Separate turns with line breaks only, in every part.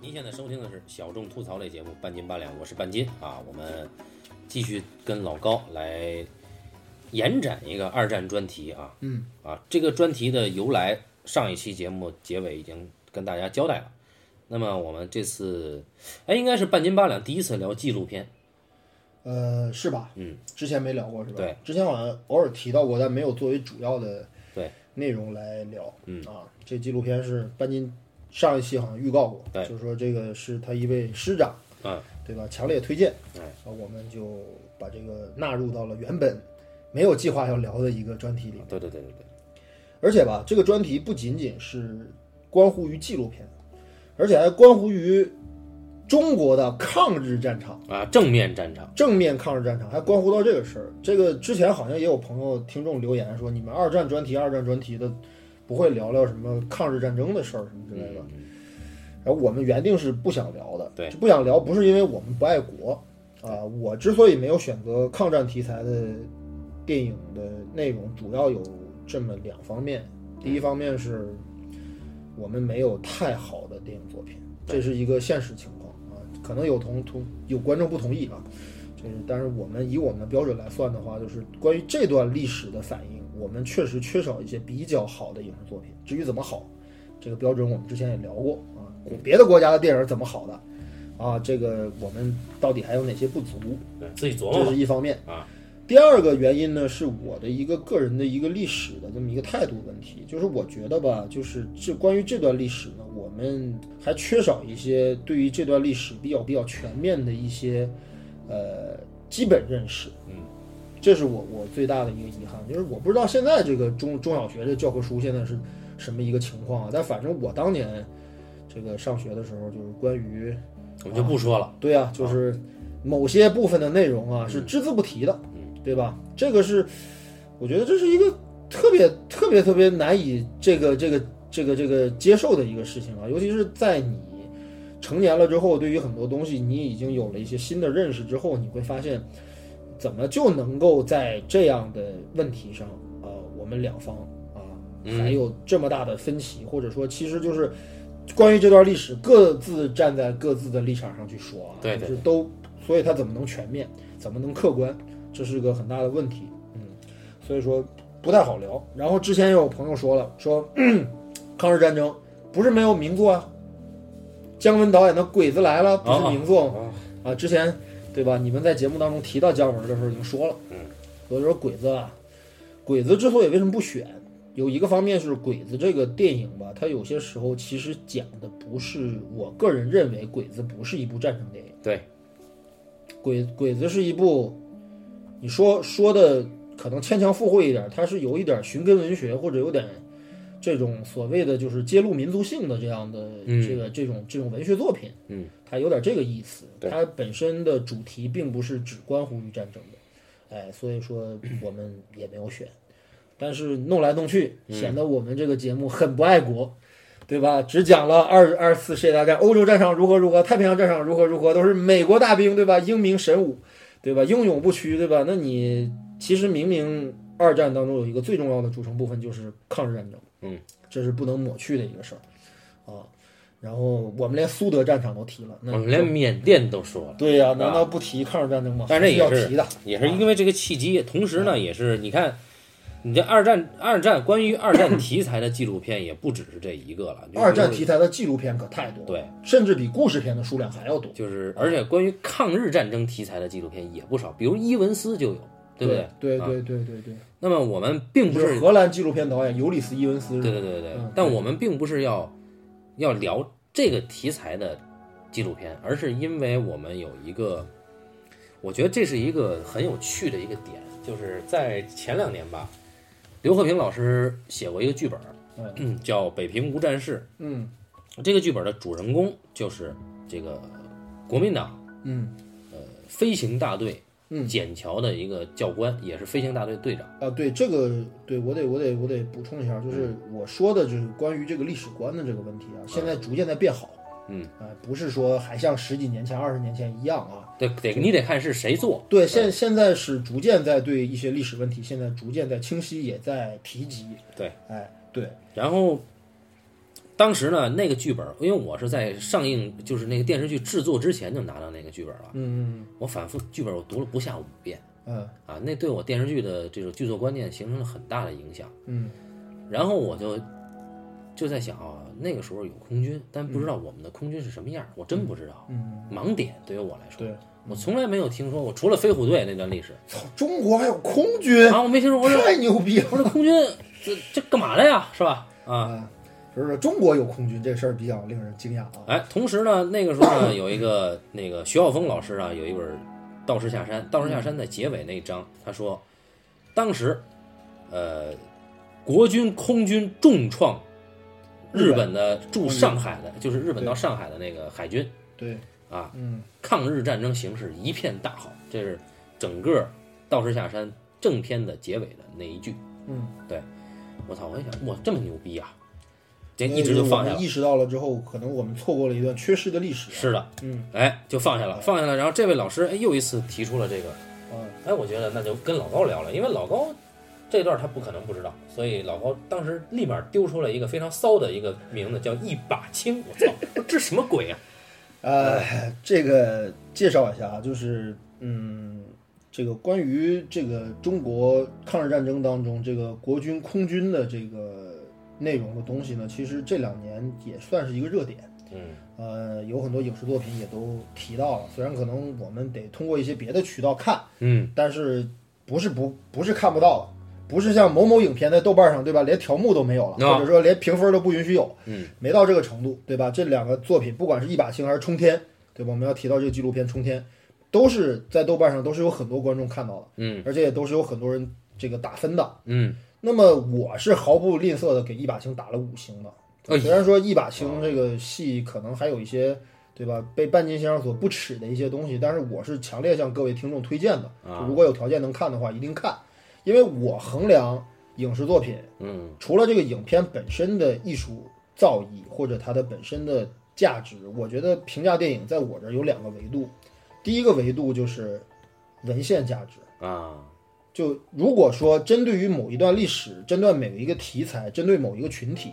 您现在收听的是小众吐槽类节目《半斤八两》，我是半斤啊。我们继续跟老高来延展一个二战专题啊。
嗯。
啊，这个专题的由来，上一期节目结尾已经跟大家交代了。那么我们这次，哎，应该是半斤八两第一次聊纪录片。
呃，是吧？
嗯，
之前没聊过是吧？
对，
之前好像偶尔提到过，但没有作为主要的
对
内容来聊。
嗯
啊，这纪录片是班金上一期好像预告过，
对
就是说这个是他一位师长，
嗯，
对吧？强烈推荐，
哎
啊，我们就把这个纳入到了原本没有计划要聊的一个专题里。
对对对对对，
而且吧，这个专题不仅仅是关乎于纪录片，而且还关乎于中国的抗日战场。
啊，正面战场，
正面抗日战场，还关乎到这个事儿。这个之前好像也有朋友听众留言说，你们二战专题、二战专题的不会聊聊什么抗日战争的事儿什么之类的。然后我们原定是不想聊的，
对
不想聊不是因为我们不爱国啊、我之所以没有选择抗战题材的电影的内容，主要有这么两方面。第一方面是我们没有太好的电影作品，这是一个现实情况啊。可能有同同有观众不同意啊，这是但是我们以我们的标准来算的话，就是关于这段历史的反应，我们确实缺少一些比较好的影视作品。至于怎么好，这个标准我们之前也聊过啊，别的国家的电影怎么好的啊，这个我们到底还有哪些不足，
对自己琢
这
磨吧。
是一方面
啊。
第二个原因呢，是我的一个个人的一个历史的这么一个态度问题，就是我觉得吧，就是这关于这段历史呢，我们还缺少一些对于这段历史比较比较全面的一些呃基本认识。
嗯，
这是我我最大的一个遗憾，就是我不知道现在这个中中小学的教科书现在是什么一个情况啊，但反正我当年这个上学的时候，就是关于
我们就不说了。
对啊，就是某些部分的内容啊是只字不提的，对吧？这个是，我觉得这是一个特别特别特别难以这个这个这个这个接受的一个事情啊，尤其是在你成年了之后，对于很多东西你已经有了一些新的认识之后，你会发现，怎么就能够在这样的问题上，呃，我们两方啊
嗯
还有这么大的分歧，或者说其实就是。关于这段历史，各自站在各自的立场上去说啊，
对对
就是都，所以他怎么能全面，怎么能客观，这是个很大的问题，嗯，所以说不太好聊。然后之前也有朋友说了，说、 嗯抗日战争不是没有名作啊，姜文导演的《鬼子来了》不是名作吗？
啊
啊，之前对吧？你们在节目当中提到姜文的时候已经说了，
嗯，
所以说鬼子啊，鬼子之所以为什么不选，有一个方面是鬼子这个电影吧，它有些时候其实讲的不是我个人认为鬼子不是一部战争电影，
对，
鬼鬼子是一部，你说说的可能牵强附会一点，它是有一点寻根文学或者有点。这种所谓的就是揭露民族性的这样的
嗯
这个、这种这种文学作品，
嗯，
它有点这个意思。
对
它本身的主题并不是只关乎于战争的，哎，所 以说我们也没有选。但是弄来弄去，
嗯
显得我们这个节目很不爱国，对吧？只讲了二二次世界大战、欧洲战场如何如何、太平洋战场如何如何，都是美国大兵，对吧？英明神武，对吧？英勇不屈，对吧？那你其实明明二战当中有一个最重要的组成部分就是抗日战争，
嗯，
这是不能抹去的一个事儿啊。然后我们连苏德战场都提了，嗯那
我们哦连缅甸都说了。
对呀、
啊
难道不提抗日战争吗？
但这也
还
是
要提的，
也是因为这个契机，同时
啊
呢，也是你看，你这二战二战关于二战题材的纪录片也不只是这一个了，就比如
二战题材的纪录片可太多了，
对，
甚至比故事片的数量还要多。
就是，而且关于抗日战争题材的纪录片也不少，比如伊文斯就有，对不对？
对
啊
对对对对，
那么我们并不
就是是荷兰纪录片导演尤里斯·伊文斯是吧
对对对对，
嗯
但我们并不是要要聊这个题材的纪录片，而是因为我们有一个，我觉得这是一个很有趣的一个点，就是在前两年吧，刘和平老师写过一个剧本，嗯，叫《北平无战事
嗯》。
这个剧本的主人公就是这个国民党
嗯
飞行大队
嗯
笕桥的一个教官，也是飞行大队队长。
啊，对这个，对我得我得我得补充一下，就是
嗯
我说的就是关于这个历史观的这个问题啊，现在逐渐在变好。
嗯
啊，不是说还像十几年前、二十年前一样啊。
得得，你得看是谁做。
对，现现在是逐渐在对一些历史问题，现
嗯
在逐渐在清晰，也在提及。
对，
哎，对，
然后当时呢，那个剧本，因为我是在上映，就是那个电视剧制作之前就拿到那个剧本了。
嗯
我反复剧本我读了不下五遍
嗯嗯
啊，那对我电视剧的这种剧作观念形成了很大的影响。
嗯
然后我就就在想啊，那个时候有空军，但不知道我们的空军是什么样，我真不知道。
嗯，
盲点对于我来说，
对，
我从来没有听说过，除了飞虎队那段历史
操，中国还有空军，
啊，我没听说过。我说
太牛逼了！
我说空军这这干嘛的呀，是吧？啊，
啊，就是中国有空军这事儿比较令人惊讶啊。
哎，同时呢，那个时候 呢，有一个那个徐浩峰老师啊，有一本《道士下山》，《道士下山》在结尾那一章，他说，当时，呃，国军空军重创日本的驻上海的，就是日本到上海的那个海军
对，
啊，
嗯
抗日战争形势一片大好，这是整个《道士下山》正片的结尾的那一句。
嗯，
我操！我一想，哇，这么牛逼啊！这一直就放下
我
了
们。意识到了之后，可能我们错过了一段缺失的历史。
是的，
嗯
哎，就放下了，放下了。然后这位老师哎又一次提出了这个，
啊，
哎，我觉得那就跟老高聊了，因为老高这段他不可能不知道，所以老高当时立马丢出了一个非常骚的一个名字，叫一把青。我操， 这什么鬼啊？
呃，这个介绍一下啊，就是嗯，这个关于这个中国抗日战争当中这个国军空军的这个内容的东西呢，其实这两年也算是一个热点。
嗯
呃，有很多影视作品也都提到了，虽然可能我们得通过一些别的渠道看，
嗯，
但是不是不不是看不到了，不是像某某影片在豆瓣上对吧，连条目都没有了，
啊
或者说连评分都不允许有，
嗯，
没到这个程度，对吧？这两个作品，不管是一把青还是冲天，对吧？我们要提到这个纪录片《冲天》，都是在豆瓣上都是有很多观众看到的，
嗯，
而且也都是有很多人这个打分的，
嗯，
那么我是毫不吝啬的给一把星打了五星
哎
的，虽然说一把星这个戏可能还有一些，对吧？被半斤先生所不耻的一些东西，但是我是强烈向各位听众推荐的，
啊
就如果有条件能看的话，一定看，因为我衡量影视作品，
嗯，
除了这个影片本身的艺术造诣或者它的本身的价值，我觉得评价电影在我这儿有两个维度，第一个维度就是文献价值。
啊，
就如果说针对于某一段历史、针对某一个题材、针对某一个群体，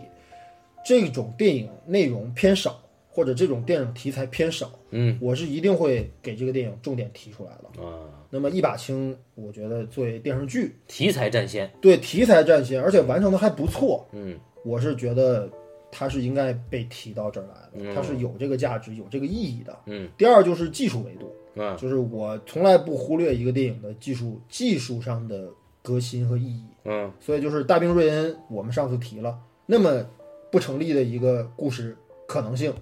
这种电影内容偏少，或者这种电影题材偏少，
嗯，
我是一定会给这个电影重点提出来的。
啊，
那么《一把青》，我觉得作为电视剧，
题材占先。
对题材占先，而且完成的还不错，
嗯
我是觉得它是应该被提到这儿来的，它是有这个价值、有这个意义的。
嗯
第二就是技术维度，
啊，
就是我从来不忽略一个电影的技术技术上的革新和意义。
嗯
所以就是大兵瑞恩，我们上次提了，那么不成立的一个故事可能性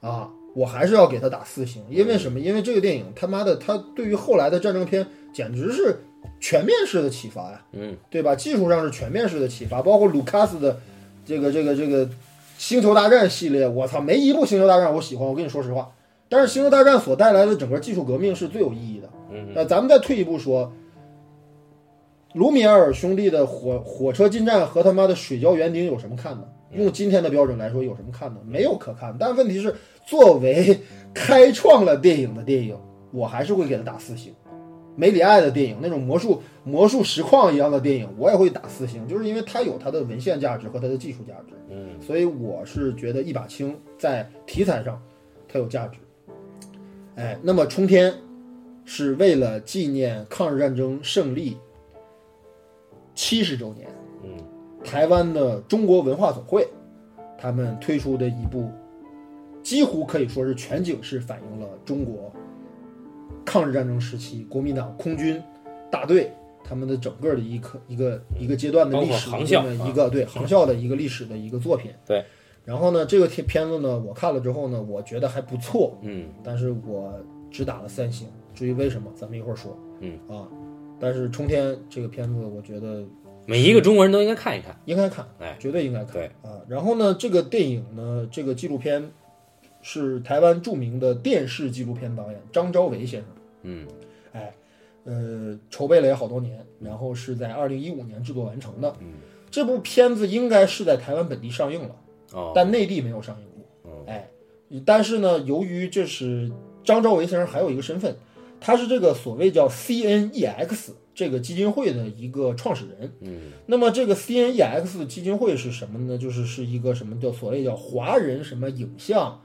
啊，我还是要给他打四星，因为
嗯
什么？因为这个电影他妈的，它对于后来的战争片简直是全面式的启发呀，
嗯，
对吧？技术上是全面式的启发，包括卢卡斯的这个这个这个星球大战系列，我操，没一部星球大战我喜欢，我跟你说实话。但是星球大战所带来的整个技术革命是最有意义的。
嗯
那咱们再退一步说，卢米埃尔兄弟的火火车进站和他妈的水浇园丁有什么看的？
嗯
用今天的标准来说，有什么看的？没有可看。但问题是，作为开创了电影的电影，我还是会给他打四星。梅里爱的电影，那种魔术魔术实况一样的电影，我也会打四星，就是因为它有它的文献价值和它的技术价值。
嗯，
所以我是觉得一把青在题材上它有价值。哎，那么冲天是为了纪念抗日战争胜利七十周年，
嗯，
台湾的中国文化总会他们推出的一部，几乎可以说是全景式反映了中国抗日战争时期国民党空军大队他们的整个的一个一个一个阶段的历
包
史
括航
的
校啊
一个 对航校的一个历史的一个作品。
对。
然后呢，这个片片子呢，我看了之后呢，我觉得还不错，
嗯
但是我只打了三星。至于为什么，咱们一会儿说。
嗯
啊，但是《冲天》这个片子，我觉得
每一个中国人都应该看一看。
应该看，
哎，
绝对应该看。
对
啊，然后呢，这个电影呢，这个纪录片是台湾著名的电视纪录片导演张昭维先生，
嗯
哎，呃，筹备了也好多年，然后是在二零一五年制作完成的。
嗯，
这部片子应该是在台湾本地上映了，
哦，
但内地没有上映过。
嗯
哎，但是呢，由于这是张昭维先生还有一个身份，他是这个所谓叫 CNEX E 这个基金会的一个创始人。
嗯
那么这个 CNEX 基金会是什么呢？就是是一个什么叫所谓叫华人什么影像，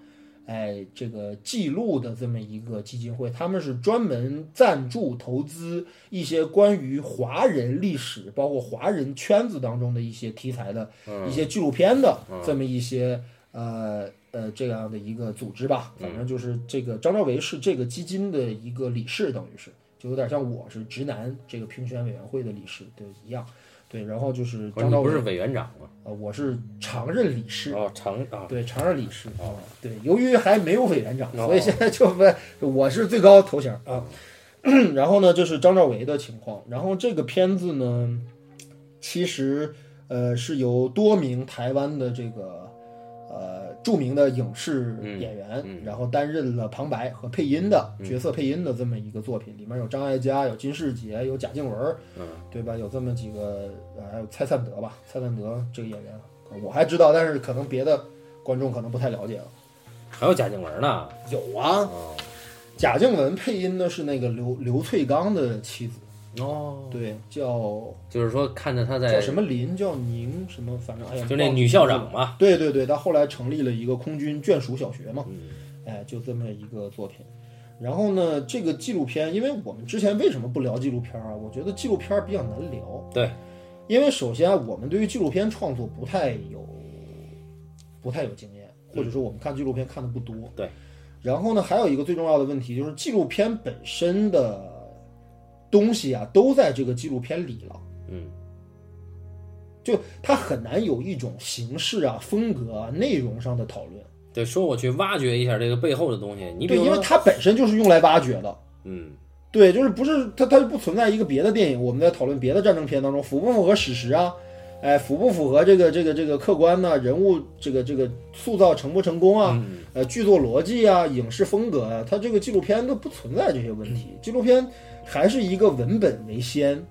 哎，这个记录的这么一个基金会，他们是专门赞助投资一些关于华人历史，包括华人圈子当中的一些题材的
嗯
一些纪录片的这么一些呃呃这样的一个组织
嗯
吧。反正就是这个张兆维是这个基金的一个理事，等于是就有点像我是直男这个评选委员会的理事对一样。对，然后就是
不是哦
张
你
兆
不
维，
是委员长吗？
呃，我是常任理事，
哦，常啊，
对，常任理事啊、
哦
对，由于还没有委员长，
哦
所以现在就问我是最高头衔啊。 然后呢，这是张兆维的情况。然后这个片子呢，其实呃是由多名台湾的这个呃著名的影视
嗯
演员，然后担任了旁白和配音的、角色配音的这么一个作品，里面有张艾嘉，有金世杰，有贾静雯，
嗯，
对吧？有这么几个，呃还有蔡灿德吧？蔡灿德这个演员我还知道，但是可能别的观众可能不太了解了。
还有贾静雯呢。
有啊，
哦
贾静雯配音的是那个刘刘翠刚的妻子，
哦，
对，叫
就是说看着他在
叫什么林，叫宁什么，反正哎呀，
就那
忘了
女校长嘛，
对对对，他后来成立了一个空军眷属小学嘛，
嗯
哎，就这么一个作品。然后呢，这个纪录片，因为我们之前为什么不聊纪录片啊？我觉得纪录片比较难聊。
对，
因为首先啊我们对于纪录片创作不太有不太有经验，或者说我们看纪录片看的不多。
对。
然后呢，还有一个最重要的问题就是纪录片本身的东西啊，都在这个纪录片里了。
嗯，
就它很难有一种形式啊、风格啊、内容上的讨论。
对，说我去挖掘一下这个背后的东西。你比
对，
如
因为
说，
它本身就是用来挖掘的。
嗯，
对，就是不是它，它就不存在一个别的电影，我们在讨论别的战争片当中符不符合史实啊，哎，符不符合这个这个这个客观呢、人物这个这个塑造成不成功啊，呃，剧作逻辑啊，影视风格啊，它这个纪录片都不存在这些问题。纪录片还是一个文本为先，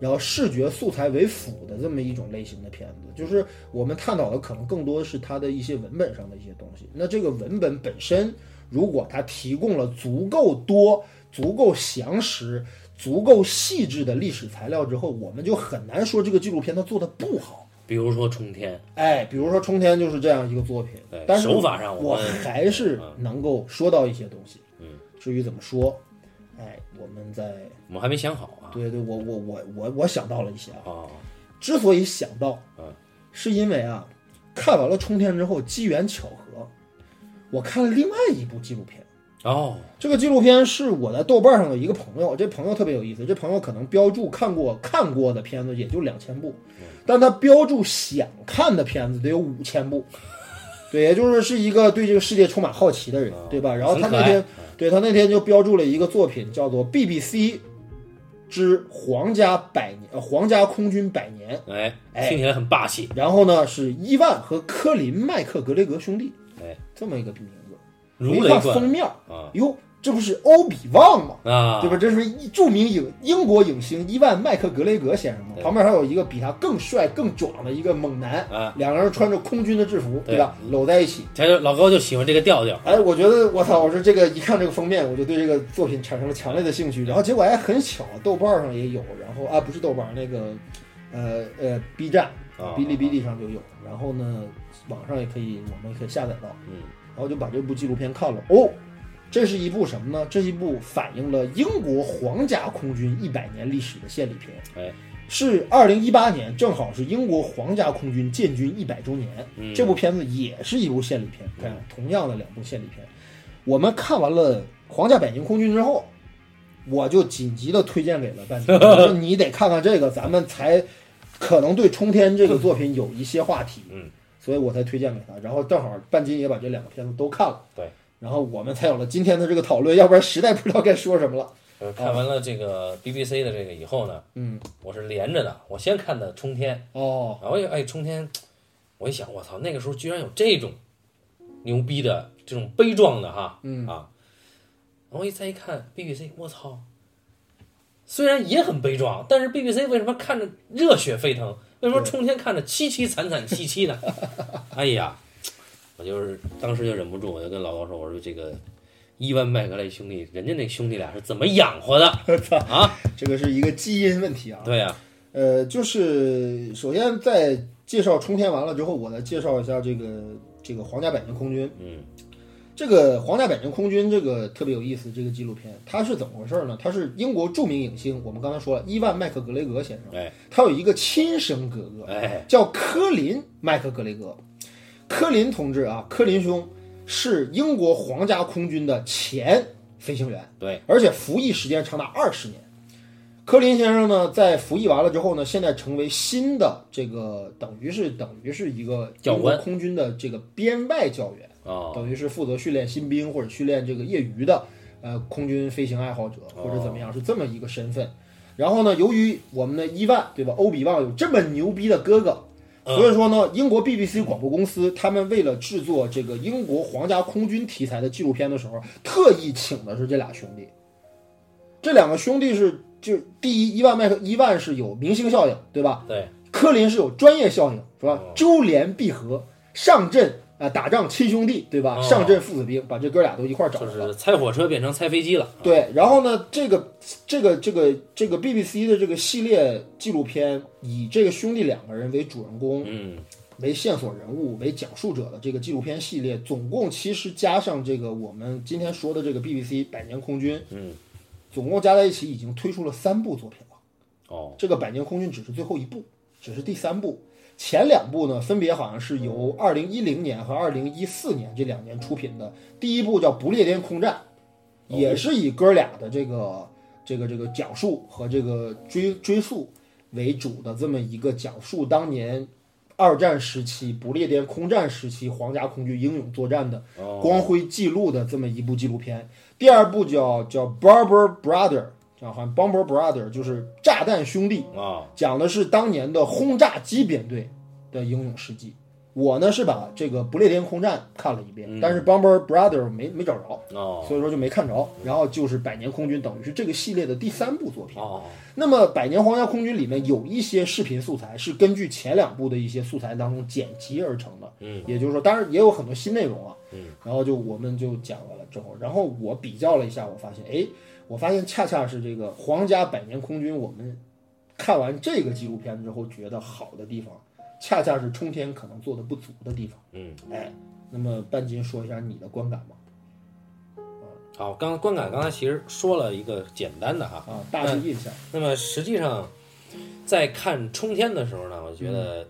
然后视觉素材为辅的这么一种类型的片子，就是我们探讨的可能更多是它的一些文本上的一些东西。那这个文本本身，如果它提供了足够多、足够详实、足够细致的历史材料之后，我们就很难说这个纪录片它做的不好。
比如说冲天，
哎，比如说《冲天》就是这样一个作品
对，
但是
手法上我嗯
我还是能够说到一些东西。嗯，至于怎么说，哎，我们在
我们还没想好啊。
对对，我我我我我想到了一些啊。
哦，
之所以想到，
嗯，
是因为啊，看完了《冲天》之后，机缘巧合，我看了另外一部纪录片。
哦，
这个纪录片是我在豆瓣上的一个朋友，这朋友特别有意思。这朋友可能标注看过看过的片子也就两千部，
嗯
但他标注想看的片子得有五千部。对，也就是是一个对这个世界充满好奇的人，对吧？然后他
啊很可爱啊
那天，对他那天就标注了一个作品，叫做《BBC 之皇家百年呃皇家空军百年》。
哎，
哎
听起来很霸气。
然后呢，是伊万和科林麦克格雷格兄弟
哎，
这么一个名字。
如
一
雷
看
贯
封面儿，
啊
哟，这不是欧比旺吗？
啊，
对吧？这是一著名影英国影星伊万麦克格雷格先生嘛，
对
旁边还有一个比他更帅更壮的一个猛男，
啊，
两个人穿着空军的制服，
对
对吧？搂在一起。
他就老高就喜欢这个调调。
哎，我觉得我操，我说这个一看这个封面，我就对这个作品产生了强烈的兴趣。然后结果还哎很巧，豆瓣上也有，然后啊不是豆瓣那个，呃呃 B 站、
啊
哔哩哔哩上就有，然后呢网上也可以，我们也可以下载到。
嗯，
然后就把这部纪录片看了。哦，这是一部什么呢？这是一部反映了英国皇家空军一百年历史的献礼片。
哎，
是二零一八年，正好是英国皇家空军建军一百周年。
嗯
这部片子也是一部献礼片，看同样的两部献礼片。我们看完了《皇家百年空军》之后，我就紧急的推荐给了半 天，我说你得看看这个，咱们才可能对《冲天》这个作品有一些话题。
嗯，
所以我才推荐给他。然后正好半斤也把这两个片子都看了。
对，
然后我们才有了今天的这个讨论，要不然实在不知道该说什么了。
呃看完了这个 BBC 的这个以后呢，
哦嗯，
我是连着的，我先看的冲天，
哦，
然后哎冲天，我一想我操，那个时候居然有这种牛逼的这种悲壮的哈，
嗯
啊，然后一再一看 BBC，我操，虽然也很悲壮，但是 BBC 为什么看着热血沸腾？为什么冲天看着凄凄惨惨戚戚 呢？哎呀，我就是当时就忍不住，我就跟老高说，我说这个伊万麦格雷兄弟，人家那兄弟俩是怎么养活的？
这个是一个基因问题啊。
对呀、
呃，就是首先在介绍冲天完了之后，我来介绍一下这个这个皇家百年空军。
嗯
这个皇家百年空军这个特别有意思，这个纪录片它是怎么回事呢？它是英国著名影星，我们刚才说了，伊万麦克格雷格先生，
哎
他有一个亲生哥哥
哎，
叫科林麦克格雷格。科林同志啊，科林兄是英国皇家空军的前飞行员。
对，
而且服役时间长达二十年。科林先生呢，在服役完了之后呢，现在成为新的这个等于是等于是一个
教
英国
官
空军的这个编外教员，
哦，
等于是负责训练新兵或者训练这个业余的呃空军飞行爱好者或者怎么样，是这么一个身份。然后呢，由于我们的伊万对吧，欧比旺有这么牛逼的哥哥，所以说呢，英国 BBC 广播公司他们为了制作这个英国皇家空军题材的纪录片的时候，特意请的是这俩兄弟。这两个兄弟是就第一，伊万麦克伊万是有明星效应，对吧？
对，
科林是有专业效应，是吧
哦？
珠联璧合，上阵啊、打仗亲兄弟，对吧？
哦
上阵父子兵，把这哥俩都一块儿找
就
来了。
是拆火车变成拆飞机了。
对，然后呢，这个这个这个这个 BBC 的这个系列纪录片，以这个兄弟两个人为主人公，
嗯，
为线索人物、为讲述者的这个纪录片系列，总共其实加上这个我们今天说的这个 BBC《百年空军》，
嗯，
总共加在一起已经推出了三部作品了。
哦，
这个《百年空军》只是最后一部，只是第三部，前两部呢分别好像是由二零一零年和二零一四年这两年出品的。第一部叫《不列颠空战》，也是以哥俩的这个这个这个讲述和这个追追溯为主的这么一个讲述当年。二战时期、不列颠空战时期，皇家空军英勇作战的
哦
光辉记录的这么一部纪录片。第二部叫叫《Barber Brother》，啊，好像《Bomber Brother》就是炸弹兄弟，
哦，
讲的是当年的轰炸机编队的英勇事迹。我呢是把这个不列颠空战看了一遍，但是 Bomber Brother 没没找着，
哦，
所以说就没看着。然后就是《百年空军》，等于是这个系列的第三部作品。
哦，
那么，《百年皇家空军》里面有一些视频素材是根据前两部的一些素材当中剪辑而成的，
嗯，
也就是说，当然也有很多新内容啊，
嗯，
然后就我们就讲完了之后，然后我比较了一下，我发现，哎，我发现恰恰是这个《皇家百年空军》，我们看完这个纪录片之后觉得好的地方，恰恰是冲天可能做的不足的地方，
嗯，
哎，那么半斤说一下你的观感吧，
好，刚观感刚才其实说了一个简单的哈，
啊，大致印象，
那么实际上在看冲天的时候呢，我觉得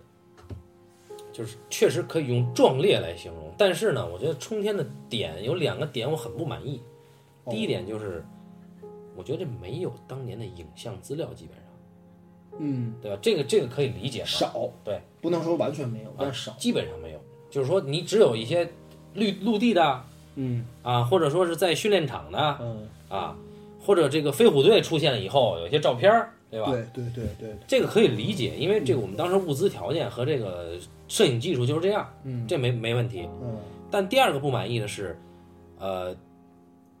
就是确实可以用壮烈来形容，但是呢，我觉得冲天的点有两个点我很不满意，
哦
第一点就是我觉得没有当年的影像资料，基本上
嗯，
对吧？这个这个可以理解吧？
少，
对，
不能说完全没有，但少，
基本上没有，就是说你只有一些绿陆地的
嗯
啊，或者说是在训练场的
嗯。
啊，或者这个飞虎队出现了以后，有一些照片儿，对吧？
对对对对，
这个可以理解，因为这个我们当时物资条件和这个摄影技术就是这样，
嗯
这没没问题。
嗯
但第二个不满意的是，呃，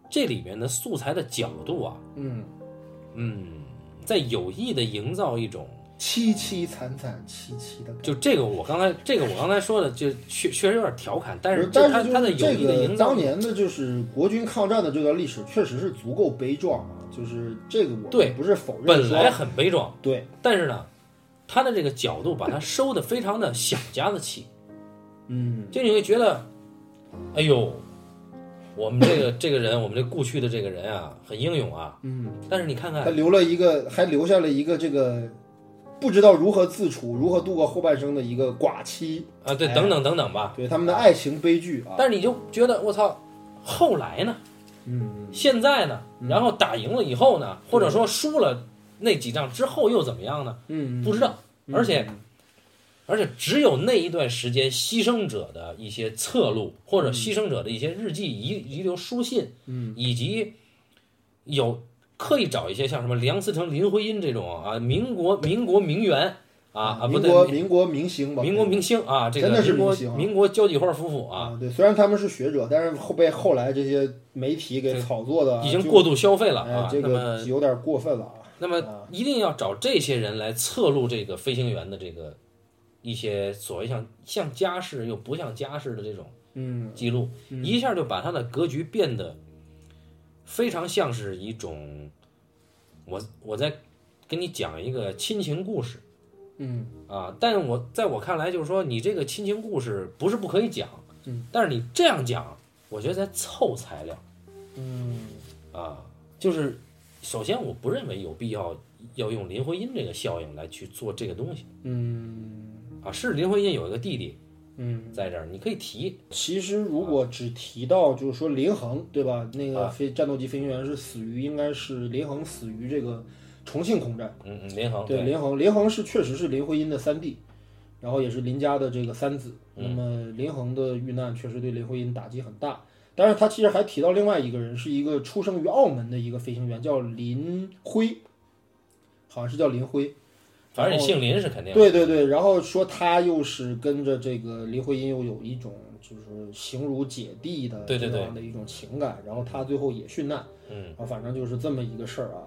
这里面的素材的角度啊，
嗯，
嗯，在有意的营造一种，
凄凄惨惨戚戚的感觉。
就这个我刚才这个我刚才说的，就确确实有点调侃，但是
但
他
是
他的
就是
有
这
意的
个
营造
当，年的就是国军抗战的这段历史，确实是足够悲壮啊。就是这个我们
对
不是否认
本
说
来很悲壮，
对
但是呢，他的这个角度把它收的非常的小家子气，
嗯
就你会觉得，哎呦，我们这个 这个人，我们这故去的这个人啊，很英勇啊。
嗯，
但是你看
他
看，
留了一个还留下了一个这个不知道如何自处、如何度过后半生的一个寡妻，
啊，对，
哎
等等等等吧。
对他们的爱情悲剧啊。
但是你就觉得，我操，后来呢？
嗯
现在呢？然后打赢了以后呢？或者说输了那几仗之后又怎么样呢？
嗯，
不知道。
嗯
而且而且只有那一段时间牺牲者的一些侧录，或者牺牲者的一些日记遗遗留书信，
嗯，
以及有刻意找一些像什么梁思成、林徽因这种啊，民国民国名媛啊啊，不
民
对，
国
民
民国明星吧，
民国明星啊，这
真
个
的是
民国
明星啊
民国交际花夫妇啊，
啊，对，虽然他们是学者，但是后被后来这些媒体给
对
炒作的啊，
已经
就
过度消费了
哎
啊，，
这
那么
个有点过分了啊。
那么一定要找这些人来侧录这个飞行员的这个一些所谓像像家世又不像家世的这种
嗯
记录，一下就把他的格局变得非常像是一种，我我在跟你讲一个亲情故事
嗯
啊，但我在我看来就是说，你这个亲情故事不是不可以讲，
嗯，
但是你这样讲，我觉得在凑材料
嗯
啊，就是首先我不认为有必要要用林徽因这个效应来去做这个东西
嗯
啊，是林徽因有一个弟弟
嗯。
在这儿，你可以提，
其实如果只提到就是说林恒对吧？那个
啊
飞战斗机飞行员是死于，应该是林恒死于这个重庆空战。
嗯嗯，林恒
对，林恒，林恒是确实是林徽因的三弟，然后也是林家的这个三子。那
嗯
么林恒的遇难确实对林徽因打击很大。当然，他其实还提到另外一个人，是一个出生于澳门的一个飞行员，叫林辉，好像是叫林辉。
反正你姓林是肯定的，
对对对，然后说他又是跟着这个林徽因又有一种就是形如姐弟的
对
这
对对
样的一种情感，然后他最后也殉难。
嗯。
啊，反正就是这么一个事儿啊。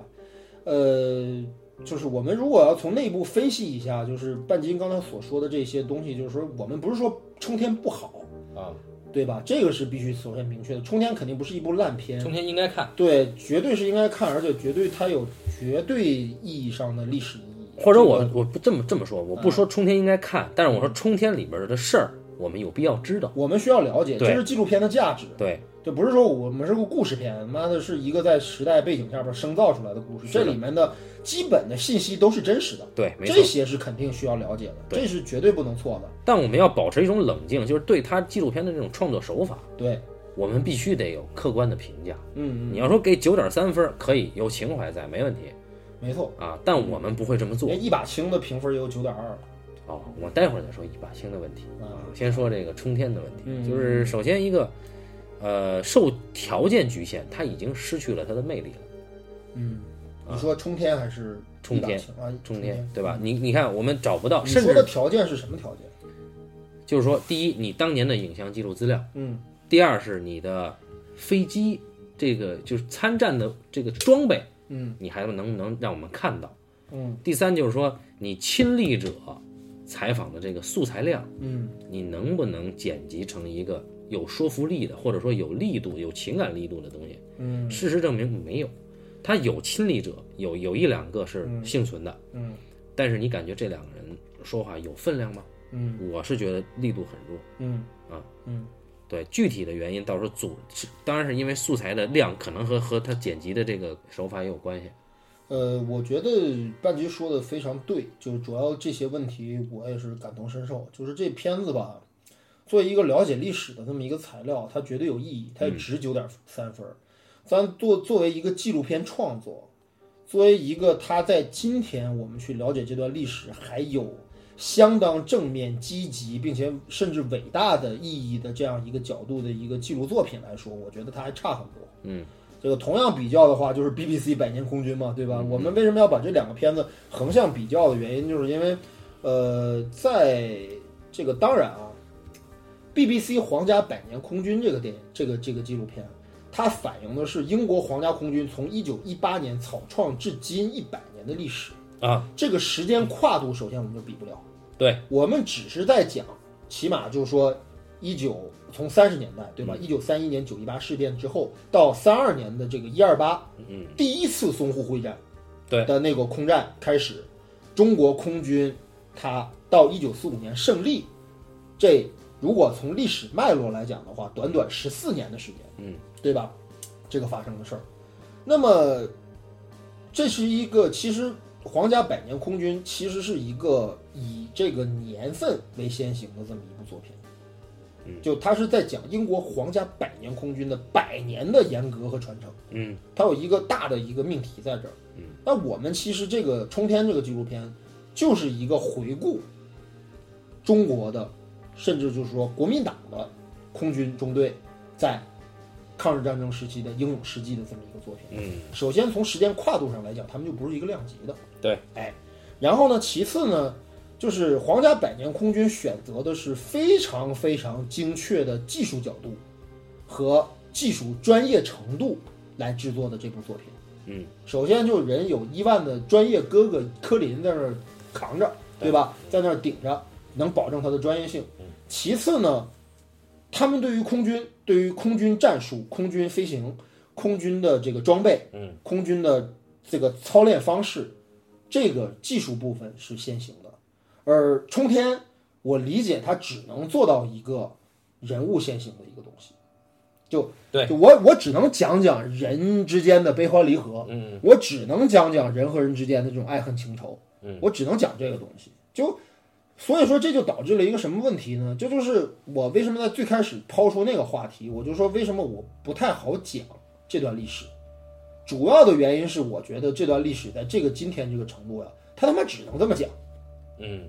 呃，就是我们如果要从内部分析一下，就是半斤刚才所说的这些东西，就是说我们不是说冲天不好，
啊，
对吧？这个是必须首先明确的。冲天肯定不是一部烂片，
冲天应该看，
对，绝对是应该看，而且绝对它有绝对意义上的历史意义。
或者
这
我
个
我不这么这么说，我不说冲天应该看，但是我说冲天里边的事儿，我们有必要知道。
我们需要了解，
对
这是纪录片的价值。
对，
这不是说我们是个故事片，妈的是一个在时代背景下边生造出来的故事，
是
这
的
里面的基本的信息都是真实的。
对，没错
这。些是肯定需要了解的，
对
这是绝对不能错的。
但我们要保持一种冷静，就是对他纪录片的这种创作手法，
对，
我们必须得有客观的评价。
嗯嗯，
你要说给九点三分，可以有情怀在，没问题
没错。
啊。但我们不会这么做
连一把青的评分也有九点二了
哦。我待会儿再说一把星的问题，
啊，
先说这个冲天的问
嗯
题，就是首先一个，呃，受条件局限，它已经失去了它的魅力了。
嗯，你说冲天还是
冲天
一把青啊？
中
天
间，对吧？？你你看，我们找不到，
你
甚
说的
至
条件是什么条件？
就是说，第一，你当年的影像记录资料；
嗯
第二是你的飞机这个就是参战的这个装备，
嗯
你还能不能让我们看到？
嗯
第三就是说，你亲历者采访的这个素材量，
嗯
你能不能剪辑成一个有说服力的，或者说有力度、有情感力度的东西？
嗯
事实证明没有，他有亲历者，有有一两个是
嗯
幸存的，
嗯
但是你感觉这两个人说话有分量吗？
嗯
我是觉得力度很弱。
嗯
啊
嗯
对具体的原因，到时候组是当然是因为素材的量可能和和他剪辑的这个手法也有关系。
呃，我觉得半局说的非常对，就是主要这些问题我也是感同身受。就是这片子吧，作为一个了解历史的这么一个材料，它绝对有意义，它也值九点三分儿。咱作作为一个纪录片创作，作为一个它在今天我们去了解这段历史还有相当正面、积极并且甚至伟大的意义的这样一个角度的一个记录作品来说，我觉得它还差很多。
嗯，
这个同样比较的话，就是 BBC《百年空军》嘛，对吧？我们为什么要把这两个片子横向比较的原因，就是因为，呃，在这个当然啊，BBC《皇家百年空军》这个电影，这个这个纪录片，它反映的是英国皇家空军从一九一八年草创至今一百年的历史
啊。
这个时间跨度，首先我们就比不了。
对，
我们只是在讲，起码就是说，一九从三十年代对
嗯
吧？一九三一年九一八事变之后，到三二年的这个一二八，
嗯，
第一次淞沪会战，
对
的那个空战开始，中国空军它到一九四五年胜利，这如果从历史脉络来讲的话，短短十四年的时间，
嗯，
对吧？这个发生的事儿，那么这是一个其实皇家百年空军其实是一个以这个年份为先行的这么一部作品，
嗯
就它是在讲英国皇家百年空军的百年的沿革和传承，
嗯，
它有一个大的一个命题在这儿，
嗯，
那我们其实这个冲天这个纪录片就是一个回顾中国的，甚至就是说国民党的空军中队在抗日战争时期的英勇事迹的这么一个作品。
嗯，
首先从时间跨度上来讲，他们就不是一个量级的。
对，
哎，然后呢，其次呢，就是皇家百年空军选择的是非常非常精确的技术角度和技术专业程度来制作的这部作品。
嗯，
首先就人有伊万的专业哥哥科林在那儿扛着，对吧？在那儿顶着，能保证他的专业性。
嗯
其次呢，他们对于空军、对于空军战术、空军飞行空军的这个装备，
嗯，
空军的这个操练方式，这个技术部分是先行的。而冲天，我理解它只能做到一个人物先行的一个东西，就
对
就我我只能讲讲人之间的悲欢离合，
嗯，
我只能讲讲人和人之间的这种爱恨情仇，
嗯，
我只能讲这个东西，就。所以说，这就导致了一个什么问题呢？这就是我为什么在最开始抛出那个话题，我就说为什么我不太好讲这段历史。主要的原因是，我觉得这段历史在这个今天这个程度呀、啊他他妈只能这么讲。
嗯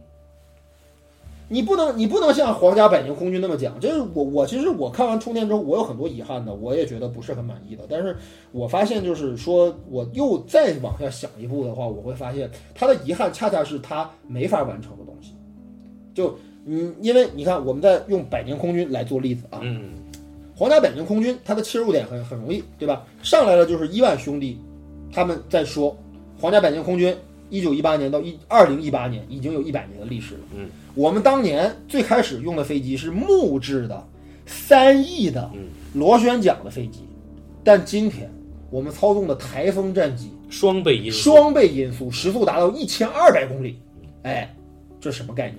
你不能，你不能像皇家百年空军那么讲。这是我，我其实我看完《充电》之后，我有很多遗憾的，我也觉得不是很满意的。但是我发现，就是说我又再往下想一步的话，我会发现他的遗憾恰恰是他没法完成的东西。就嗯，因为你看，我们在用百年空军来做例子啊，
嗯
皇家百年空军它的切入点很很容易，对吧？上来了就是伊万兄弟，他们在说皇家百年空军，一九一八年到一二零一八年已经有一百年的历史了。
嗯，
我们当年最开始用的飞机是木质的三翼的
嗯
螺旋桨的飞机，但今天我们操纵的台风战机
双倍因素，
双倍音速，时速达到一千二百公里，哎，这什么概念？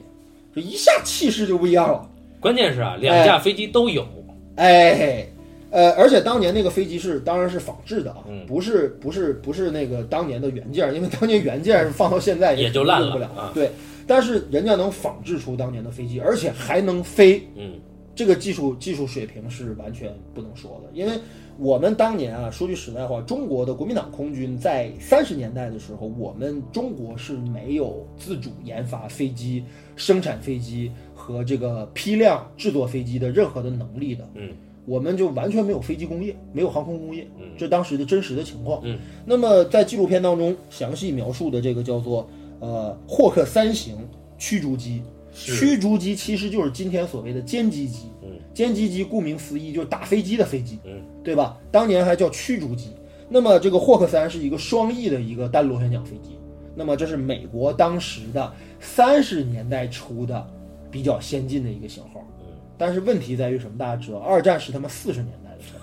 这一下气势就不一样了。
关键是啊，两架飞机都有，
哎，呃，而且当年那个飞机是当然是仿制的啊，
嗯
不是不是不是那个当年的原件儿，因为当年原件儿放到现在
也就
肯定
烂
用不
了
了。
啊
对，但是人家能仿制出当年的飞机，而且还能飞，
嗯
这个技术技术水平是完全不能说的，因为我们当年啊，说句实在话，中国的国民党空军在三十年代的时候，我们中国是没有自主研发飞机、生产飞机和这个批量制作飞机的任何的能力的。
嗯，
我们就完全没有飞机工业，没有航空工业，
嗯
这当时的真实的情况。
嗯，
那么在纪录片当中详细描述的这个叫做呃霍克三型驱逐机，
是
驱逐机其实就是今天所谓的歼击机。
嗯
歼击机顾名思义就是打飞机的飞机，
嗯
对吧？当年还叫驱逐机。那么这个霍克三是一个双翼的一个单螺旋桨飞机。那么这是美国当时的三十年代初的比较先进的一个型号。
嗯，
但是问题在于什么？大家知道，二战是他妈四十年代的事儿，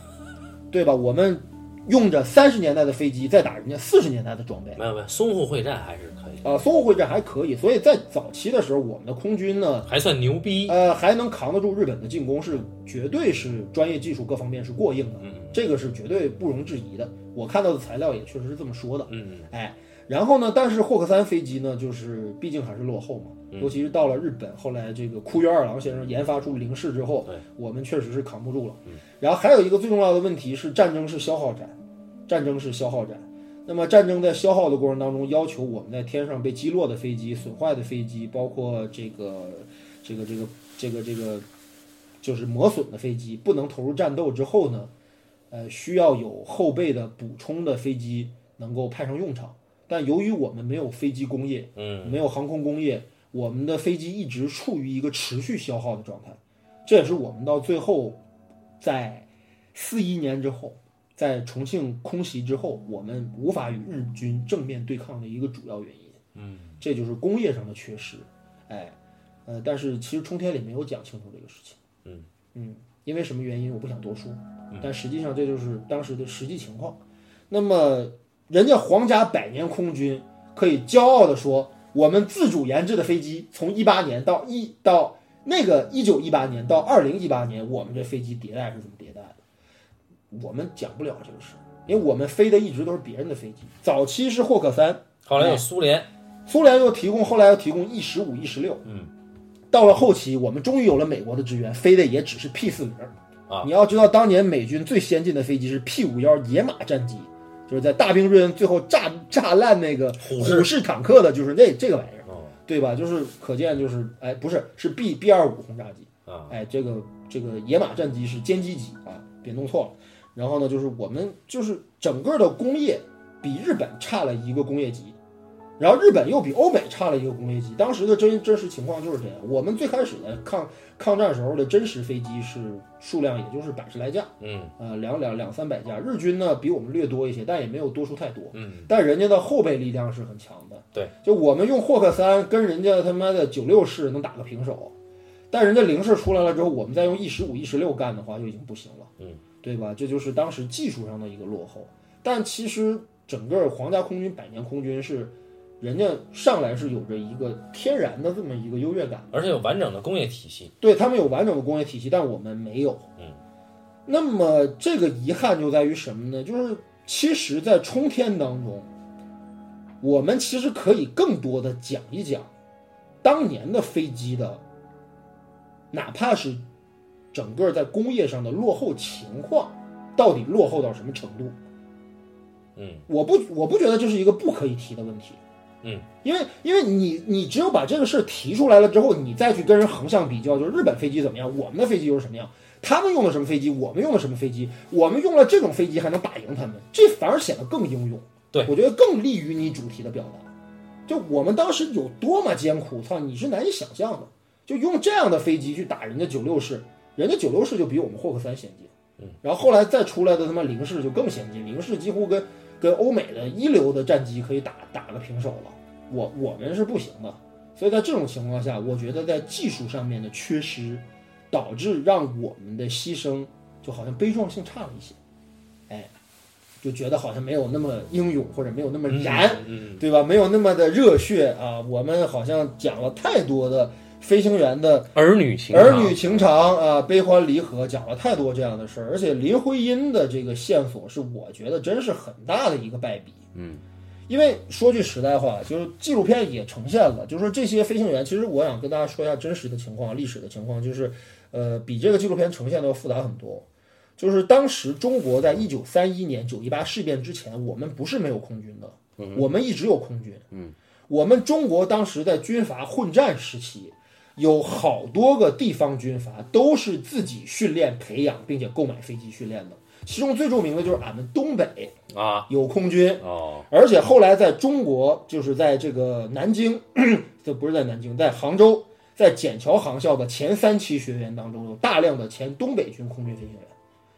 对吧？我们用着三十年代的飞机在打人家四十年代的装备。
没有没有，淞沪会战还是可以，
啊，淞沪会战还可以，所以在早期的时候，我们的空军呢，
还算牛逼，
呃，还能扛得住日本的进攻，是绝对是专业技术各方面是过硬的，
嗯
这个是绝对不容置疑的。我看到的材料也确实是这么说的。
嗯
哎，然后呢，但是霍克三飞机呢，就是毕竟还是落后嘛，尤其是到了日本，后来这个库约二郎先生研发出零式之后
对，
我们确实是扛不住了。然后还有一个最重要的问题是，战争是消耗战，战争是消耗战。那么战争在消耗的过程当中，要求我们在天上被击落的飞机、损坏的飞机，包括这个、这个、这个、这个、这个，就是磨损的飞机，不能投入战斗之后呢，呃，需要有后备的补充的飞机能够派上用场。但由于我们没有飞机工业，
嗯，
没有航空工业，我们的飞机一直处于一个持续消耗的状态，这也是我们到最后，在四一年之后，在重庆空袭之后，我们无法与日军正面对抗的一个主要原因。嗯，这就是工业上的缺失。哎，呃，但是其实冲天里没有讲清楚这个事情。
嗯
嗯，因为什么原因我不想多说，但实际上这就是当时的实际情况。那么人家皇家百年空军可以骄傲地说，我们自主研制的飞机，从一八年到一到那个一九一八年到二零一八年，我们这飞机迭代是怎么迭代的？我们讲不了这个事，因为我们飞的一直都是别人的飞机。早期是霍克三，
后来有苏联，
苏联又提供，后来又提供 E 十五、E 十六。
嗯，
到了后期，我们终于有了美国的支援，飞的也只是 P 四零。
啊
你要知道，当年美军最先进的飞机是 P 五幺野马战机，就是在大兵瑞恩最后炸炸烂那个
虎式
虎式坦克的，就是那这个玩意儿，
哦
对吧？就是可见，就是哎，不是是 B B 二五轰炸机，
啊，
哎，这个这个野马战机是歼击机啊，别弄错了。然后呢，就是我们就是整个的工业比日本差了一个工业级，然后日本又比欧美差了一个工业级。当时的真真实情况就是这样。我们最开始的抗抗战时候的真实飞机是数量也就是百十来架，
嗯
呃，两两两三百架。日军呢比我们略多一些，但也没有多出太多。
嗯
但人家的后备力量是很强的。
对，
就我们用霍克三跟人家他妈的九六式能打个平手，但人家零式出来了之后，我们再用 E 十五、E 十六干的话就已经不行了。
嗯，
对吧？这就是当时技术上的一个落后。但其实整个皇家空军百年空军是，人家上来是有着一个天然的这么一个优越感，
而且有完整的工业体系。
对他们有完整的工业体系，但我们没有。
嗯，
那么这个遗憾就在于什么呢？就是其实，在冲天当中，我们其实可以更多的讲一讲当年的飞机的，哪怕是整个在工业上的落后情况，到底落后到什么程度？
嗯，
我不，我不觉得这是一个不可以提的问题。
嗯，
因为因为你你只有把这个事儿提出来了之后，你再去跟人横向比较，就是日本飞机怎么样，我们的飞机又是什么样，他们用的什么飞机，我们用的什么飞机，我们用了这种飞机还能打赢他们，这反而显得更英勇。
对
我觉得更利于你主题的表达。就我们当时有多么艰苦，操，你是难以想象的。就用这样的飞机去打人家九六式，人家九六式就比我们霍克三先进。
嗯，
然后后来再出来的他妈零式就更先进，零式几乎跟跟欧美的一流的战机可以打打个平手了。我我们是不行的，所以在这种情况下，我觉得在技术上面的缺失，导致让我们的牺牲就好像悲壮性差了一些，哎，就觉得好像没有那么英勇或者没有那么燃，
嗯，嗯
对吧？没有那么的热血啊！我们好像讲了太多的飞行员的
嗯 儿女情
儿
长
女情长啊，悲欢离合，讲了太多这样的事儿。而且林徽因的这个线索是我觉得真是很大的一个败笔。
嗯，
因为说句实在话，就是纪录片也呈现了，就是说这些飞行员，其实我想跟大家说一下真实的情况、历史的情况，就是呃，比这个纪录片呈现的要复杂很多。就是当时中国在一九三一年九一八事变之前，我们不是没有空军的，我们一直有空军。
嗯，
我们中国当时在军阀混战时期，有好多个地方军阀都是自己训练、培养，并且购买飞机训练的。其中最著名的就是俺们东北
啊，
有空军，
哦，
而且后来在中国，就是在这个南京， 这不是在南京，在杭州，在笕桥航校的前三期学员当中，有大量的前东北军空军飞行员，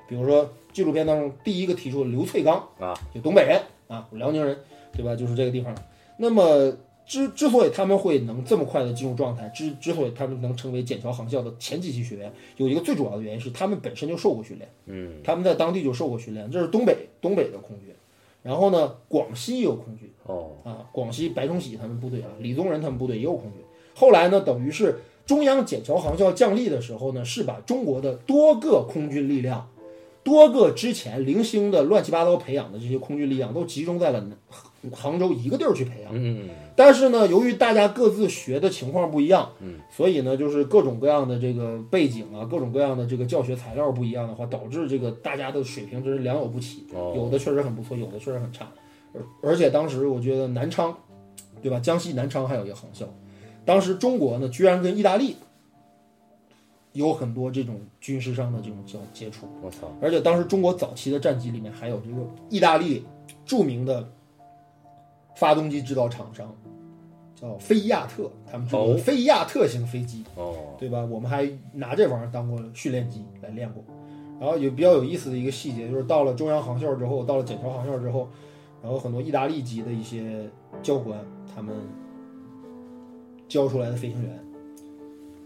比如说纪录片当中第一个提出的刘翠刚
啊，
就东北人啊，辽宁人，对吧？就是这个地方。那么之之所以他们会能这么快的进入状态，之之所以他们能成为笕桥航校的前几期学员，有一个最主要的原因是他们本身就受过训练。
嗯
他们在当地就受过训练，这是东北东北的空军。然后呢，广西也有空军
哦，
啊，广西白崇禧他们部队啊，李宗仁他们部队也有空军。后来呢，等于是中央笕桥航校降历的时候呢，是把中国的多个空军力量、多个之前零星的乱七八糟培养的这些空军力量都集中在了杭杭州一个地儿去培养。
嗯嗯
但是呢，由于大家各自学的情况不一样，嗯，所以呢，就是各种各样的这个背景啊，各种各样的这个教学材料不一样的话，导致这个大家的水平真是良莠不齐，
哦
有的确实很不错，有的确实很差。而而且当时我觉得南昌，对吧？江西南昌还有一个航校，当时中国呢居然跟意大利有很多这种军事上的这种交接触。
我操，
而且当时中国早期的战机里面还有这个意大利著名的发动机制造厂商，叫菲亚特，他们制造
哦
的菲亚特型飞机，
哦，
对吧？我们还拿这玩意儿当过训练机来练过。然后有比较有意思的一个细节，就是到了中央航校之后，到了笕桥航校之后，然后很多意大利籍的一些教官，他们教出来的飞行员，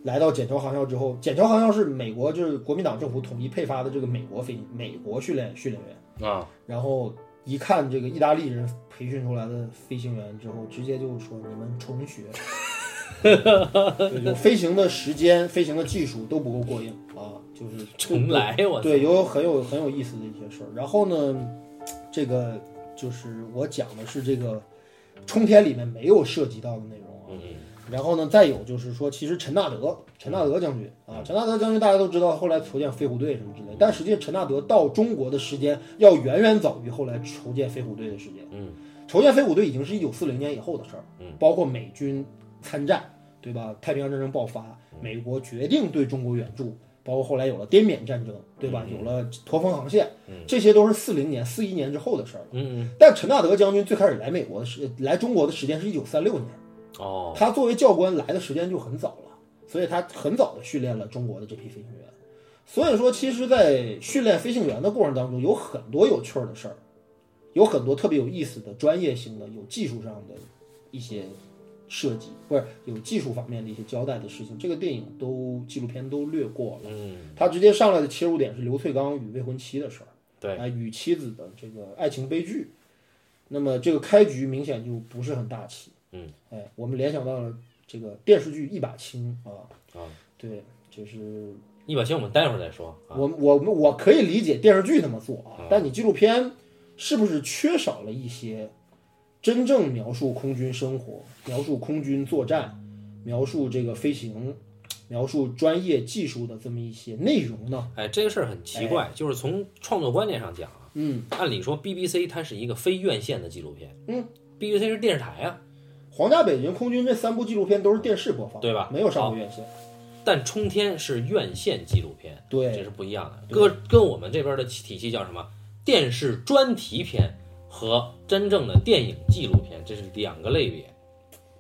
来到笕桥航校之后，笕桥航校是美国就是国民党政府统一配发的这个美国飞美国训练训练员，
啊，
然后一看这个意大利人培训出来的飞行员之后，直接就说你们重学， 对就飞行的时间、飞行的技术都不够过硬啊，就是
重来，我操，
对，有很有很有意思的一些事儿。然后呢，这个就是我讲的是这个冲天里面没有涉及到的内容啊。
嗯嗯，
然后呢，再有就是说，其实陈纳德，陈纳德将军
嗯
啊，陈纳德将军大家都知道，后来筹建飞虎队什么之类，但实际上陈纳德到中国的时间要远远早于后来筹建飞虎队的时间。
嗯，
筹建飞虎队已经是一九四零年以后的事儿。
嗯，
包括美军参战，对吧？太平洋战争爆发，
嗯
美国决定对中国援助，包括后来有了滇缅战争，对
嗯
吧？有了驼峰航线，这些都是四零年、四一年之后的事儿了。
嗯嗯，
但陈纳德将军最开始来美国的时，来中国的时间是一九三六年。
哦，
他作为教官来的时间就很早了，所以他很早的训练了中国的这批飞行员。所以说，其实，在训练飞行员的过程当中，有很多有趣儿的事儿，有很多特别有意思的专业性的、有技术上的一些设计，不是有技术方面的一些交代的事情，这个电影都纪录片都略过了。
嗯，
他直接上来的切入点是刘翠刚与未婚妻的事儿，
对，
啊，与妻子的这个爱情悲剧。那么这个开局明显就不是很大气。
嗯，
哎，我们联想到了这个电视剧《一把青》啊，
啊，
对，就是
一把星我们待会儿再说啊。
我我们我可以理解电视剧那么做啊，但你纪录片是不是缺少了一些真正描述空军生活、描述空军作战、描述这个飞行、描述专业技术的这么一些内容呢？
哎，这个事儿很奇怪，就是从创作观念上讲啊，
嗯，
按理说 BBC 它是一个非院线的纪录片，
嗯
，BBC 是电视台啊，
皇家北京空军这三部纪录片都是电视播放，
对吧
没有上过院线。
但冲天是院线纪录片，这
对，
是不一样的。
对
跟跟我们这边的体系叫什么？电视专题片和真正的电影纪录片，这是两个类别。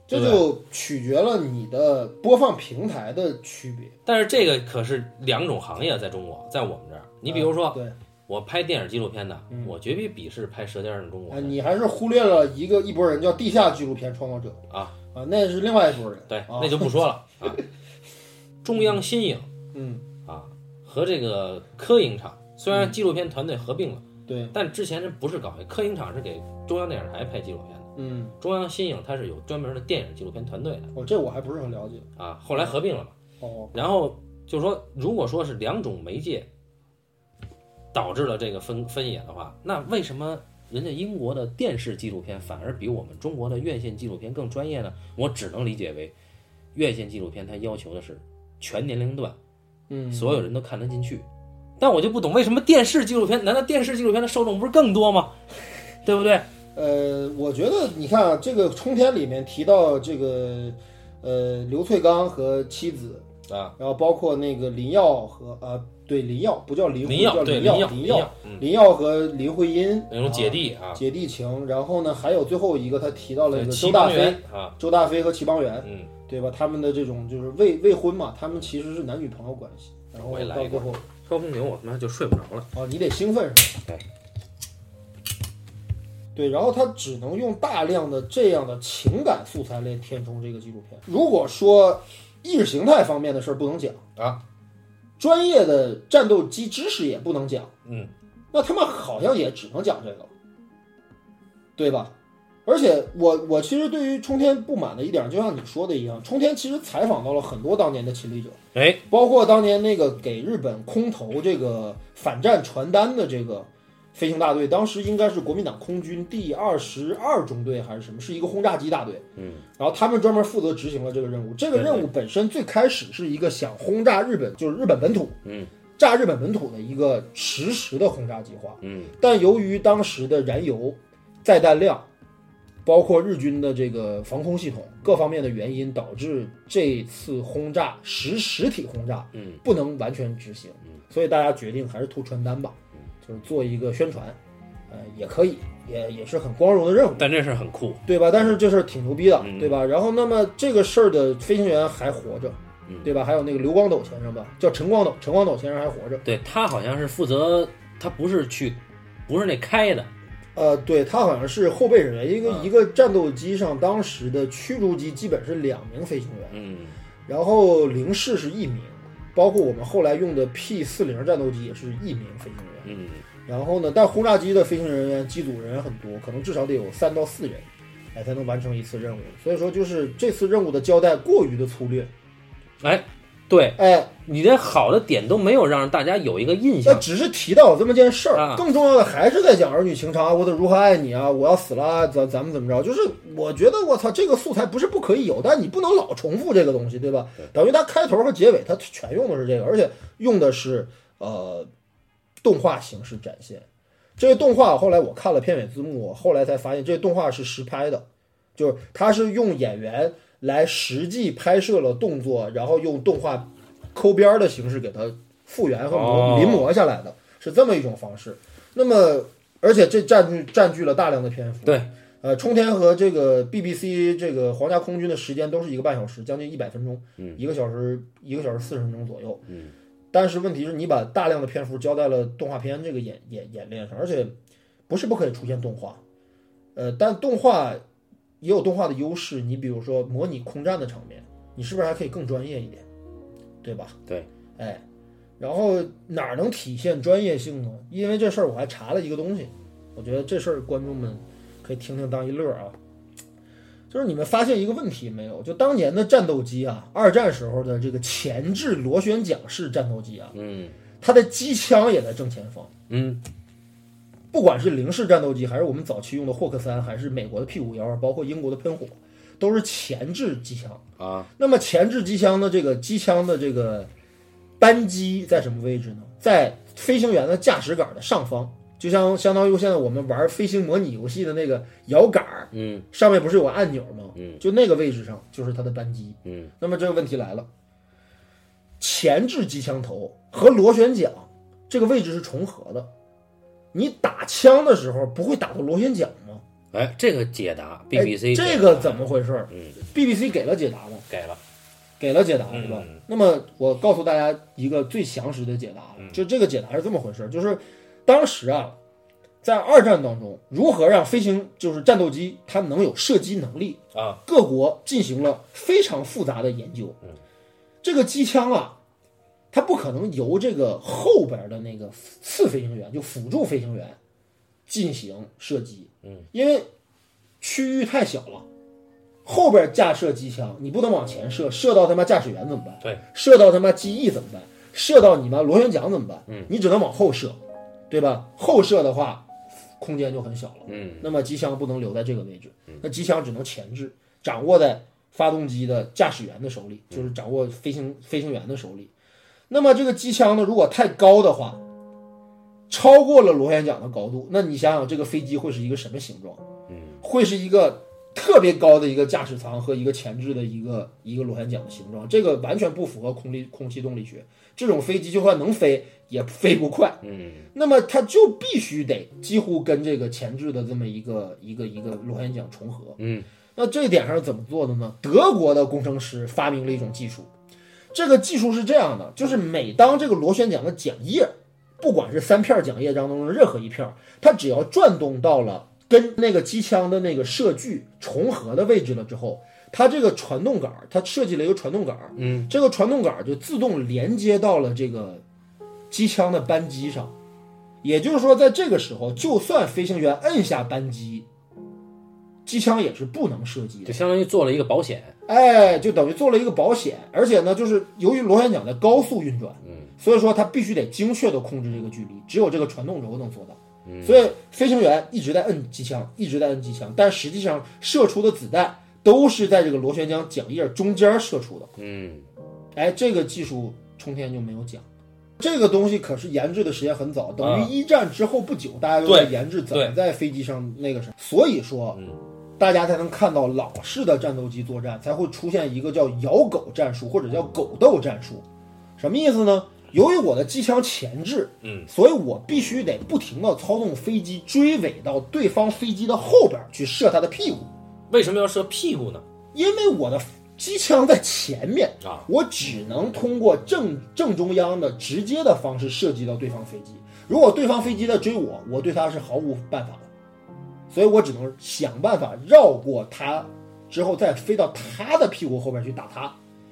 这就取决了你的播放平台的区别。
但是这个可是两种行业，在中国，在我们这儿，你比如说
啊，对，
我拍电影纪录片的，
嗯
我绝对鄙视拍《舌尖上的中国
啊，》你还是忽略了一个一拨人叫地下纪录片创造者
啊
啊，那是另外一拨人。
对，
啊
那就不说 了啊。中央新影
嗯，
啊和这个科影厂虽然纪录片团队合并了，
对，
但之前这不是搞的，科影厂是给中央电视台拍纪录片的，
嗯，
中央新影它是有专门的电影纪录片团队的
哦，这我还不是很了解。
啊，后来合并了嘛。
哦，
然后就说，如果说是两种媒介导致了这个分分野的话，那为什么人家英国的电视纪录片反而比我们中国的院线纪录片更专业呢？我只能理解为，院线纪录片它要求的是全年龄段，
嗯，
所有人都看得进去。但我就不懂为什么电视纪录片，难道电视纪录片的受众不是更多吗？ 对不对？
呃，我觉得你看啊，这个《冲天》里面提到这个，呃，刘翠刚和妻子，
啊，
然后包括那个林耀和呃，对，林耀不叫林辉，
林耀
叫
对
林
林
耀，
林
林
耀
耀，，
嗯，
林耀和林徽因
那种姐弟啊，
姐弟情。然后呢，还有最后一个他提到了一个
齐
周大
邦
飞，
媛啊，
周大飞和齐邦媛，
嗯，
对吧？他们的这种就是未未婚嘛，他们其实是男女朋友关系。然后
我也来
到
一
最
个
后，
高峰牛我他妈就睡不着了。
哦，你得兴奋是吧？
对，
对，然后他只能用大量的这样的情感素材来填充这个纪录片。如果说意识形态方面的事儿不能讲
啊，
专业的战斗机知识也不能讲，
嗯，
那他们好像也只能讲这个了，对吧？而且我我其实对于冲天不满的一点，就像你说的一样，冲天其实采访到了很多当年的亲历者，
哎，
包括当年那个给日本空投这个反战传单的这个飞行大队，当时应该是国民党空军第二十二中队还是什么，是一个轰炸机大队。
嗯，
然后他们专门负责执行了这个任务。这个任务本身最开始是一个想轰炸日本，就是日本本土，
嗯，
炸日本本土的一个实时的轰炸计划。
嗯，
但由于当时的燃油、载弹量，包括日军的这个防空系统各方面的原因，导致这次轰炸实实体轰炸，
嗯，
不能完全执行，
嗯，
所以大家决定还是投传单吧，就是做一个宣传，呃，也可以，也也是很光荣的任务，
但这事儿很酷，
对吧？但是这事儿挺牛逼的
嗯，
对吧？然后那么这个事儿的飞行员还活着
嗯。
对吧？还有那个刘光斗先生吧，叫陈光斗，陈光斗先生还活着。
对他好像是负责，他不是去，不是那开的，
呃，对他好像是后备人员，一个、
嗯
一个战斗机上当时的驱逐机基本是两名飞行员，
嗯
然后零式是一名，包括我们后来用的 P 四零战斗机也是一名飞行员。
嗯，
然后呢，但轰炸机的飞行人员机组人员很多，可能至少得有三到四人，哎，才能完成一次任务。所以说，就是这次任务的交代过于的粗略，
哎，对
哎，
你连好的点都没有让大家有一个印
那
象，
只是提到了这么件事儿，
啊
更重要的还是在讲儿女情长啊，我得如何爱你啊，我要死了啊，咱咱们怎么着？就是我觉得我操，这个素材不是不可以有，但你不能老重复这个东西，对吧？等于它开头和结尾它全用的是这个，而且用的是呃动画形式展现。这个动画后来我看了片尾字幕，我后来才发现这个动画是实拍的，就是它是用演员来实际拍摄了动作，然后用动画抠边儿的形式给它复原和
哦
磨临摹下来的，是这么一种方式。那么，而且这占据占据了大量的篇幅。
对，
呃，冲天和这个 BBC 这个皇家空军的时间都是一个半小时，将近一百分钟，
嗯
一个小时一个小时四十分钟左右。
嗯，
但是问题是你把大量的篇幅交在了动画片这个演演演练上，而且不是不可以出现动画，呃，但动画也有动画的优势。你比如说模拟空战的场面，你是不是还可以更专业一点，对吧？
对，
哎，然后哪儿能体现专业性呢？因为这事儿我还查了一个东西，我觉得这事儿观众们可以听听当一乐儿啊。就是你们发现一个问题没有？就当年的战斗机啊，二战时候的这个前置螺旋桨式战斗机啊，
嗯
它的机枪也在正前方。
嗯
不管是零式战斗机，还是我们早期用的霍克三，还是美国的 P 五幺，包括英国的喷火，都是前置机枪。
啊，
那么前置机枪的这个机枪的这个扳机在什么位置呢？在飞行员的驾驶杆的上方，就像相当于现在我们玩飞行模拟游戏的那个摇杆儿
嗯
上面不是有个按钮吗？
嗯
就那个位置上就是它的扳机。
嗯
那么这个问题来了，前置机枪头和螺旋桨这个位置是重合的，你打枪的时候不会打到螺旋桨吗？
哎，这个解答
哎
BBC
这
解
个
答
怎么回事儿
嗯
？BBC 给了解答吗？
给了？
给了解答
嗯
是吧？那么我告诉大家一个最详实的解答
嗯
了，就这个解答是这么回事儿，就是当时啊，在二战当中，如何让飞行就是战斗机它能有射击能力，
啊，
各国进行了非常复杂的研究。
嗯
这个机枪啊，它不可能由这个后边的那个次飞行员，就辅助飞行员进行射击，
嗯，
因为区域太小了。后边架设机枪，你不能往前射，射到他妈驾驶员怎么办？
对，
射到他妈机翼怎么办？射到你妈螺旋桨怎么办？嗯，你只能往后射，对吧？后射的话，空间就很小了。
嗯，
那么机枪不能留在这个位置，那机枪只能前置，掌握在发动机的驾驶员的手里，就是掌握飞行飞行员的手里。那么这个机枪呢，如果太高的话，超过了螺旋桨的高度，那你想想这个飞机会是一个什么形状？嗯，会是一个特别高的一个驾驶舱和一个前置的一个一个螺旋桨的形状，这个完全不符合空力空气动力学。这种飞机就算能飞，也飞不快。
嗯
那么它就必须得几乎跟这个前置的这么一个一个一个螺旋桨重合。
嗯，
那这一点上是怎么做的呢？德国的工程师发明了一种技术，这个技术是这样的，就是每当这个螺旋桨的桨叶，不管是三片桨叶当中的任何一片，它只要转动到了跟那个机枪的那个射距重合的位置了之后，它这个传动杆儿，它设计了一个传动杆，
嗯，
这个传动杆儿就自动连接到了这个机枪的扳机上。也就是说，在这个时候，就算飞行员摁下扳机，机枪也是不能射击的
就。相当于做了一个保险，
哎，就等于做了一个保险，而且呢，就是由于螺旋桨在高速运转，
嗯，
所以说它必须得精确的控制这个距离，只有这个传动轴能做到。所以飞行员一直在摁机枪，一直在摁机枪，但实际上射出的子弹都是在这个螺旋桨桨叶中间射出的。
嗯
哎，这个技术冲天就没有讲。这个东西可是研制的时间很早，等于
啊
一战之后不久，大家就在
对
研制怎么
对
在飞机上那个什么。所以说，
嗯
大家才能看到老式的战斗机作战才会出现一个叫“咬狗战术”或者叫“狗斗战术”，什么意思呢？由于我的机枪前置，
嗯，
所以我必须得不停地操纵飞机追尾到对方飞机的后边儿去射它的屁股，
为什么要射屁股呢？
因为我的机枪在前面
啊，
我只能通过正正中央的直接的方式射击到对方飞机。如果对方飞机在追我，我对他是毫无办法的，所以我只能想办法绕过他，之后再飞到他的屁股后边去打他。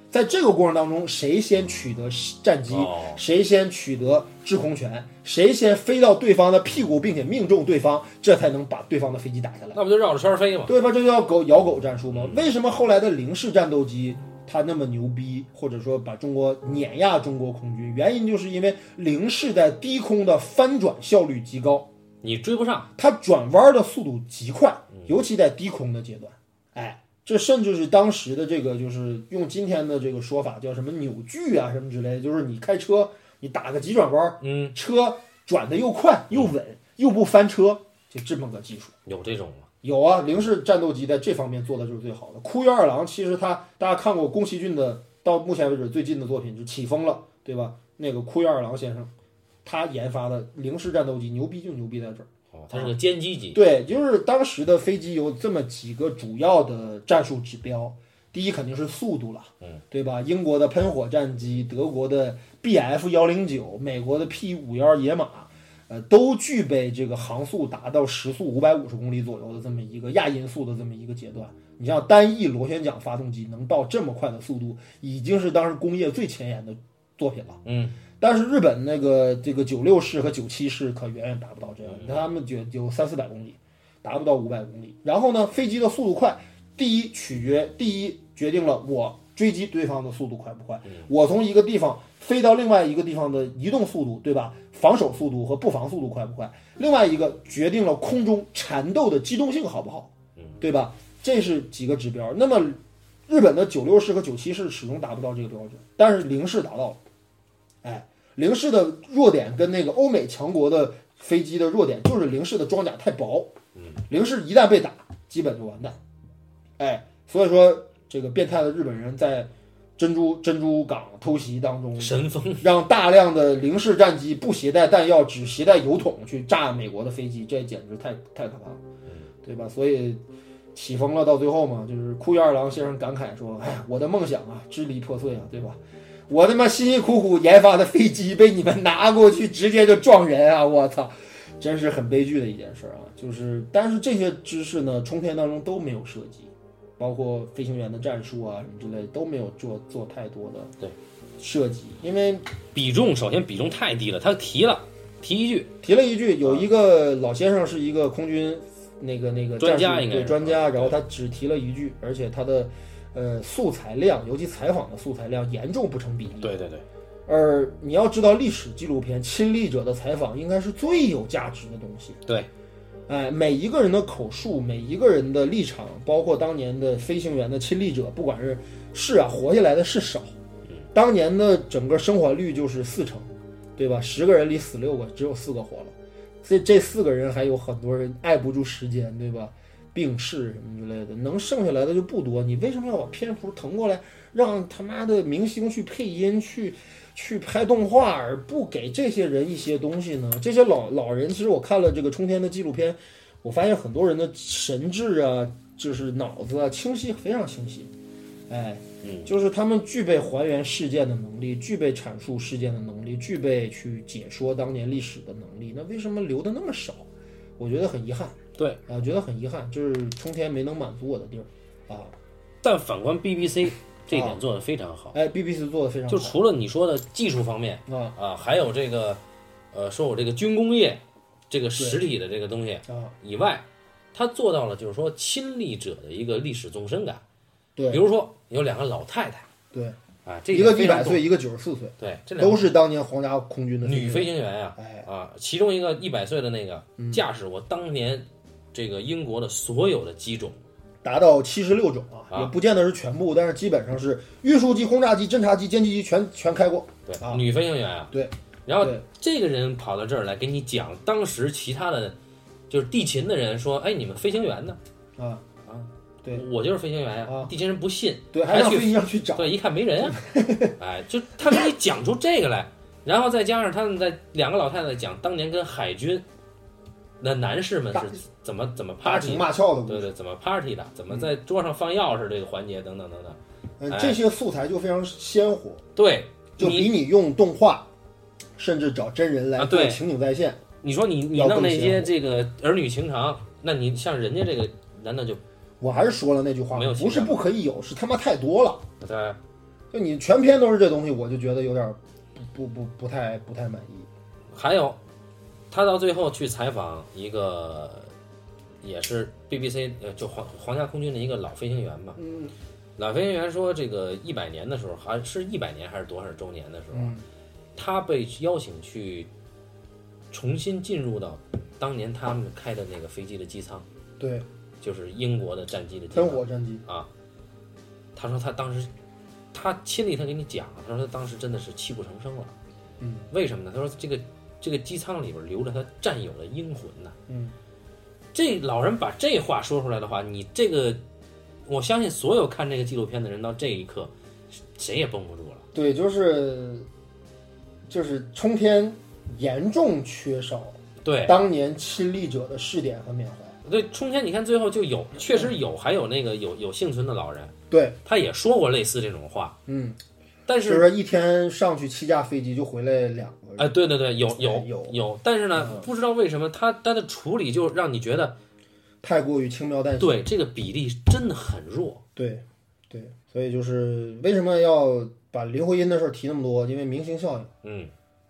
在这个过程当中，谁先取得战机，
哦
谁先取得制空权，谁先飞到对方的屁股并且命中对方，这才能把对方的飞机打下来。
那不就绕着圈儿飞吗？
对吧？这就叫狗咬狗战术吗？为什么后来的零式战斗机它那么牛逼，或者说把中国碾压中国空军？原因就是因为零式在低空的翻转效率极高，
你追不上，
它转弯的速度极快，尤其在低空的阶段，哎。这甚至是当时的这个，就是用今天的这个说法叫什么扭矩啊，什么之类的，就是你开车，你打个急转弯，
嗯，
车转的又快又稳，又不翻车，就这么个技术。
有这种吗？
有啊，零式战斗机在这方面做的就是最好的。哭幺二郎其实他大家看过宫崎骏的，到目前为止最近的作品就起风了，对吧？那个哭幺二郎先生，他研发的零式战斗机牛逼就牛逼在这儿。
哦，它是个歼击机，
对，就是当时的飞机有这么几个主要的战术指标，第一肯定是速度了，
嗯，
对吧？英国的喷火战机，德国的 B F 幺零九，美国的 P 五幺野马，呃，都具备这个航速达到时速五百五十公里左右的这么一个亚音速的这么一个阶段。你像单翼螺旋桨发动机能到这么快的速度，已经是当时工业最前沿的作品了。
嗯，
但是日本那个这个九六式和九七式可远远达不到这样，他们就有三四百公里，达不到五百公里。然后呢，飞机的速度快，第一取决第一决定了我追击对方的速度快不快。我从一个地方飞到另外一个地方的移动速度，对吧？防守速度和布防速度快不快？另外一个决定了空中缠斗的机动性好不好，对吧？这是几个指标。那么日本的九六式和九七式始终达不到这个标准，但是零式达到了。哎，零式的弱点跟那个欧美强国的飞机的弱点就是零式的装甲太薄，零式一旦被打，基本就完蛋。哎，所以说这个变态的日本人在珍珠珍珠港偷袭当中，
神风
让大量的零式战机不携带弹药，只携带油桶去炸美国的飞机，这简直太太可怕了，对吧？所以起风了，到最后嘛，就是库页二郎先生感慨说：“哎，我的梦想啊，支离破碎啊，对吧？我他妈辛辛苦苦研发的飞机被你们拿过去，直接就撞人啊！我操，真是很悲剧的一件事啊！就是，但是这些知识呢，冲片当中都没有涉及。”包括飞行员的战术啊什么之类都没有做做太多的
对
设计，因为
比重首先比重太低了，他提了提一句，
提了一
啊
句，有一个老先生是一个空军那个那个
专家
战术
应该
对
是啊
专家，
对
然后他只提了一句，而且他的呃素材量，尤其采访的素材量严重不成比例。
对对对，
而你要知道，历史纪录片亲历者的采访应该是最有价值的东西。
对，
哎，每一个人的口述，每一个人的立场，包括当年的飞行员的亲历者，不管是是啊，活下来的是少，当年的整个生还率就是四成，对吧？十个人里死六个，只有四个活了。这这四个人还有很多人挨不住时间，对吧？病逝什么之类的，能剩下来的就不多。你为什么要把篇幅腾过来，让他妈的明星去配音去？去拍动画，而不给这些人一些东西呢？这些老老人，其实我看了这个冲天的纪录片，我发现很多人的神智啊，就是脑子啊，清晰非常清晰。哎，
嗯，
就是他们具备还原事件的能力，具备阐述事件的能力，具备去解说当年历史的能力。那为什么留的那么少？我觉得很遗憾。
对
啊，我觉得很遗憾，就是冲天没能满足我的地儿啊。
但反观 BBC 这一点做得非常好，
哎，BBC 做的非常
就
好
除了你说的技术方面
啊
啊，还有这个呃，说我这个军工业这个实体的这个东西
啊，
以外，他做到了就是说亲历者的一个历史纵深感。比
对
如说有两个老太太
对，
啊，这
一个一
非常
百
动
岁，一个九十四岁。
对，这两
都
个
是当年皇家空军的
女
飞
飞行员呀
员。哎，嗯
啊，其中一个一百岁的那个驾驶我当年这个英国的所有的机种，
达到七十六种啊，
啊
也不见得是全部，但是基本上是运输机、轰炸机、侦察机、歼击机全全开过。
对，
啊
女飞行员啊，
对，
然后
对
这个人跑到这儿来给你讲当时其他的，就是地勤的人说，哎，你们飞行员呢？
啊
啊，
对
我就是飞行员呀、
啊
地勤人不信，
对，还
还
让
去
飞机上去找。
对，一看没人 啊，哎，就他给你讲出这个来，然后再加上他们在两个老太太讲当年跟海军那男士们
大
是怎么怎么
搭
party，
情骂俏的故
对
事，
对，怎么 party 的，怎么在桌上放钥匙这个环节等等等等，
嗯
哎，
这些素材就非常鲜活，
对，
就
你
比你用动画，甚至找真人来
啊
做
对
情景再现，
你说你你
要
弄
更
那
鲜
些
活
这个儿女情长，那你像人家这个，难道就
我还是说了那句话
没有，情
不是
感
不可以有，是他妈太多了。
不太
就你全篇都是这东西，我就觉得有点不不不不太不太满意。
还有，他到最后去采访一个，也是 BBC 呃，就皇皇家空军的一个老飞行员嘛。嗯。老飞行员说，这个一百年的时候，还是一百年还是多少周年的时候，
嗯
他被邀请去重新进入到当年他们开的那个飞机的机舱，
对，
就是英国的战机的机
喷
舱。
火战机，
啊，他说他当时，他亲历他给你讲，他说他当时真的是泣不成声了。
嗯，
为什么呢？他说这个这个机舱里边留着他战友的英魂呐。
嗯，
这老人把这话说出来的话，你这个，我相信所有看这个纪录片的人到这一刻，谁也绷不住了。
对，就是就是冲天严重缺少
对
当年亲历者的试点和缅怀。
对，冲天，你看最后就有，确实有，还有那个有有幸存的老人，
对，
他也说过类似这种话。
嗯，
但
就是是一天上去七架飞机就回来两个人。
哎，对对对，有有
有嗯
有，但是呢，不知道为什么它它的处理就让你觉得，
太过于轻描淡写。
对这个比例真的很弱。
对，对，所以就是为什么要把林徽因的事儿提那么多？因为明星效应，
嗯，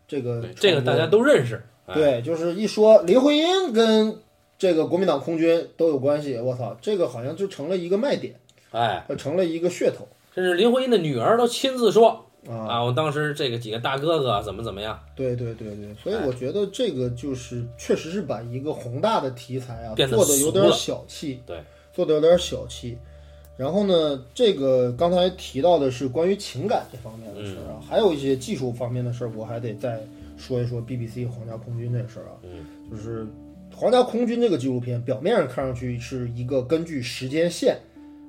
这个
对，这个
传播
大家都认识。哎，
对，就是一说林徽因跟这个国民党空军都有关系，我操，这个好像就成了一个卖点，
哎，
呃成了一个噱头
甚至林徽因的女儿都亲自说
啊。
啊，我当时这个几个大哥哥怎么怎么样，
对对对对，所以
哎
我觉得这个就是确实是把一个宏大的题材啊
变得
做的有点
俗了
小气，
对，
做的有点小气。然后呢，这个刚才提到的是关于情感这方面的事儿
嗯
啊，还有一些技术方面的事儿，我还得再说一说 BBC 皇家空军这事儿啊。
嗯，
就是皇家空军这个纪录片，表面上看上去是一个根据时间线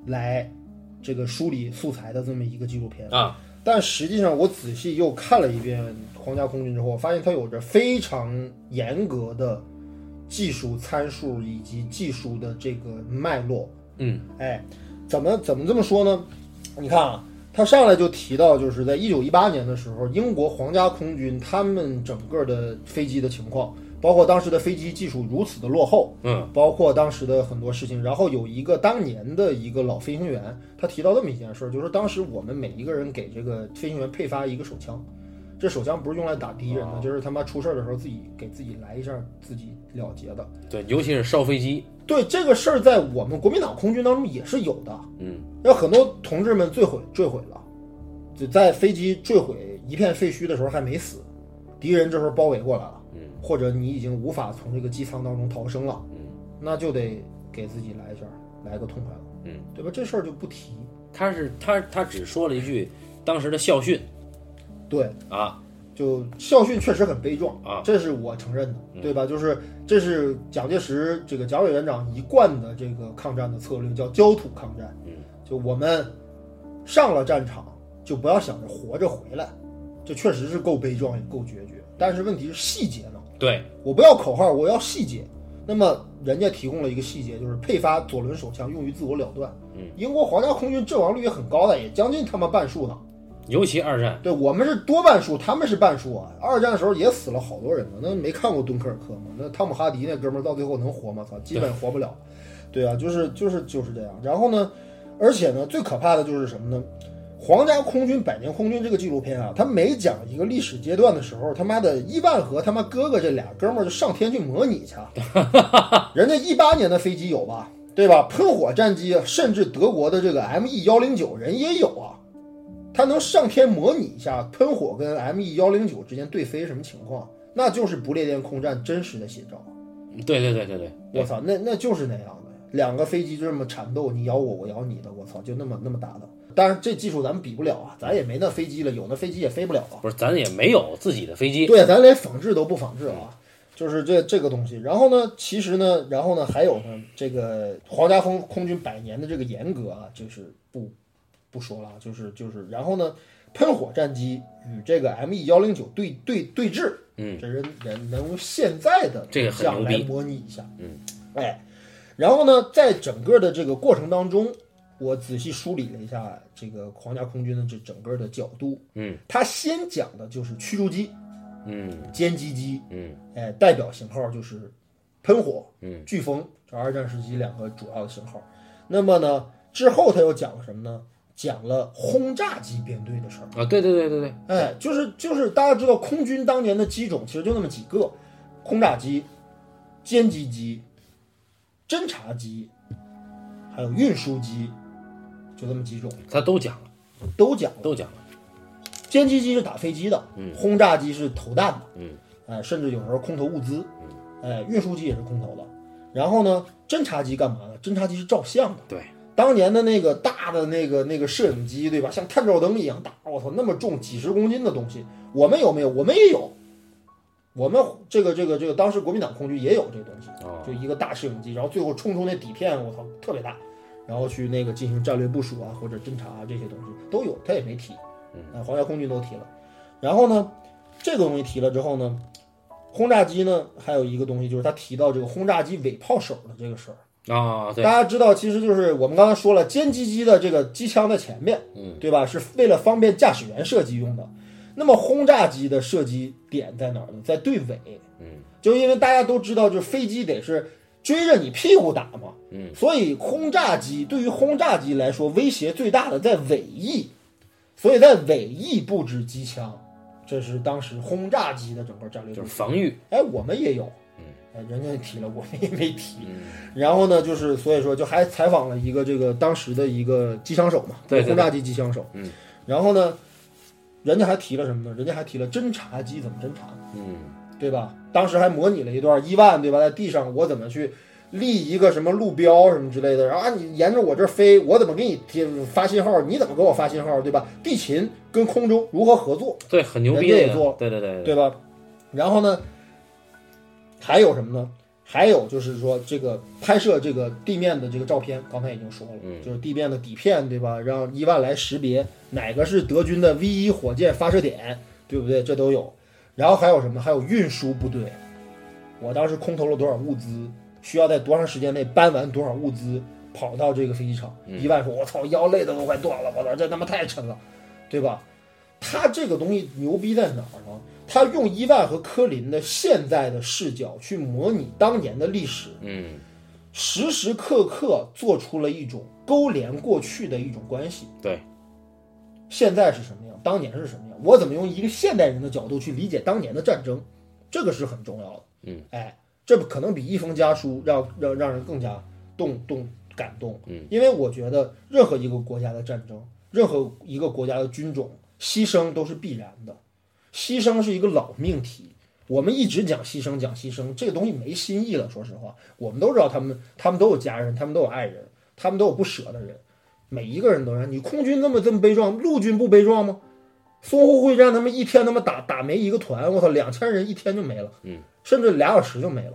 来这个梳理素材的这么一个纪录片
啊，
但实际上我仔细又看了一遍皇家空军之后，我发现它有着非常严格的技术参数以及技术的这个脉络。
嗯
哎，怎么怎么这么说呢？你看啊，他上来就提到，就是在一九一八年的时候，英国皇家空军他们整个的飞机的情况，包括当时的飞机技术如此的落后，
嗯
包括当时的很多事情。然后有一个当年的一个老飞行员，他提到这么一件事儿，就是当时我们每一个人给这个飞行员配发一个手枪。这手枪不是用来打敌人的，就是他妈出事儿的时候自己给自己来一下，自己了结的。
对，尤其是烧飞机，
对这个事儿，在我们国民党空军当中也是有的，
嗯
让很多同志们坠毁坠毁了，就在飞机坠毁一片废墟的时候还没死，敌人这时候包围过来了，
嗯
或者你已经无法从这个机舱当中逃生了，
嗯
那就得给自己来一下，来个痛快了，
嗯，
对吧？这事儿就不提，
他是他他只说了一句当时的校训
对，
啊，
就校训确实很悲壮
啊嗯
这是我承认的，对吧？就是这是蒋介石这个蒋委员长一贯的这个抗战的策略，叫焦土抗战。
嗯，
就我们上了战场，就不要想着活着回来，这确实是够悲壮也够决绝。但是问题是细节呢？
对，
我不要口号，我要细节。那么人家提供了一个细节，就是配发左轮手枪用于自我了断。
嗯，
英国皇家空军阵亡率也很高的，也将近他妈半数呢。
尤其二战，
对我们是多半数，他们是半数啊。二战的时候也死了好多人呢，那没看过敦刻尔克吗？那汤姆哈迪那哥们儿到最后能活吗？操，基本活不了。对啊，就是就是就是这样。然后呢，而且呢，最可怕的就是什么呢？皇家空军百年空军这个纪录片啊，他每讲一个历史阶段的时候，他妈的伊万和他妈哥哥这俩哥们儿就上天去模拟去啊，人家一八年的飞机有吧，对吧？喷火战机，甚至德国的这个 M E 幺零九人也有啊，他能上天模拟一下喷火跟 M E 幺零九之间对飞什么情况，那就是不列颠空战真实的写照。
对对对对对
我
对，
操，那那就是那样的，两个飞机就这么缠斗，你咬我，我咬你的，我操，就那么那么打的。当然这技术咱们比不了啊，咱也没那飞机了，有那飞机也飞不了啊。
不是咱也没有自己的飞机，
对，啊咱连仿制都不仿制啊，就是这这个东西。然后呢，其实呢，然后呢，还有呢，这个皇家空空军百年的这个严格啊，就是不不说了啊，就是就是，然后呢，喷火战机与这个 M E 幺零九对对对峙，
嗯
这人人能用现在的
这个很
样
牛
来
逼
模拟一下，
嗯，
哎，然后呢，在整个的这个过程当中，我仔细梳理了一下这个皇家空军的这整个的角度，
嗯
他先讲的就是驱逐机、
嗯
歼击机，
嗯
哎，代表型号就是喷火、
嗯
飓风，这二战时期两个主要的型号。那么呢，之后他又讲了什么呢？讲了轰炸机编队的事儿。
啊，对对对对对，
哎，就是就是大家知道空军当年的机种其实就那么几个：轰炸机、歼击机、侦察机，还有运输机，就这么几种
他都讲了，
都讲了。
都讲了，
歼击机是打飞机的，
嗯
轰炸机是投弹的，
嗯，
哎，甚至有时候空投物资，哎，运输机也是空投的。然后呢，侦察机干嘛呢？侦察机是照相的。
对，
当年的那个大的那个那个摄影机，对吧？像探照灯一样大，我操，那么重，几十公斤的东西，我们有没有？我们也有，我们这个这个这个，当时国民党空军也有这东西，
哦
就一个大摄影机，然后最后冲出那底片，我操，特别大，然后去那个进行战略部署啊，或者侦察啊这些东西都有，他也没提，
嗯
呃，皇家空军都提了，然后呢，这个东西提了之后呢，轰炸机呢还有一个东西就是他提到这个轰炸机尾炮手的这个事儿，
啊，
大
对，
家知道，其实就是我们刚才说了，歼击机的这个机枪在前面，
嗯，
对吧？是为了方便驾驶员射击用的。那么轰炸机的射击点在哪儿呢？在队尾。
嗯，
就因为大家都知道，就是飞机得是追着你屁股打嘛，
嗯，
所以轰炸机对于轰炸机来说，威胁最大的在尾翼，所以在尾翼布置机枪，这是当时轰炸机的整个战略
就
部
是
署。
防御，
哎，我们也有，
嗯
哎，人家提了，我们也没提。
嗯，
然后呢，就是所以说，就还采访了一个这个当时的一个机枪手嘛，
对对对
轰炸机机枪手。
嗯，
然后呢，人家还提了什么呢？人家还提了侦察机怎么侦察，
嗯，
对吧？当时还模拟了一段伊万，对吧？在地上我怎么去立一个什么路标什么之类的，然后啊，你沿着我这儿飞，我怎么给你贴发信号，你怎么给我发信号，对吧？地勤跟空中如何合作，
对，很牛逼
人家也
那个
做
对对对，
对吧？然后呢，还有什么呢？还有就是说，这个拍摄这个地面的这个照片，刚才已经说了，
嗯
就是地面的底片，对吧？让伊万来识别哪个是德军的 V 一火箭发射点，对不对？这都有。然后还有什么？还有运输部队，我当时空投了多少物资，需要在多长时间内搬完多少物资，跑到这个飞机场。
嗯
伊万说：“我操，腰累的都快断了，我操，这他妈太沉了，对吧？”他这个东西牛逼在哪儿呢？他用伊万和科林的现在的视角去模拟当年的历史，
嗯，
时时刻刻做出了一种勾连过去的一种关系。
对，
现在是什么样，当年是什么样，我怎么用一个现代人的角度去理解当年的战争，这个是很重要的。
嗯，
哎，这可能比一封家书让让让人更加动动感动。
嗯，
因为我觉得任何一个国家的战争，任何一个国家的军种牺牲都是必然的，牺牲是一个老命题。我们一直讲牺牲，讲牺牲，这个东西没新意了。说实话，我们都知道他们，他们都有家人，他们都有爱人，他们都有不舍的人。每一个人都让你空军那么这么悲壮，陆军不悲壮吗？淞沪会战他们一天他妈打打没一个团，我操，两千人一天就没了，
嗯，
甚至俩小时就没了。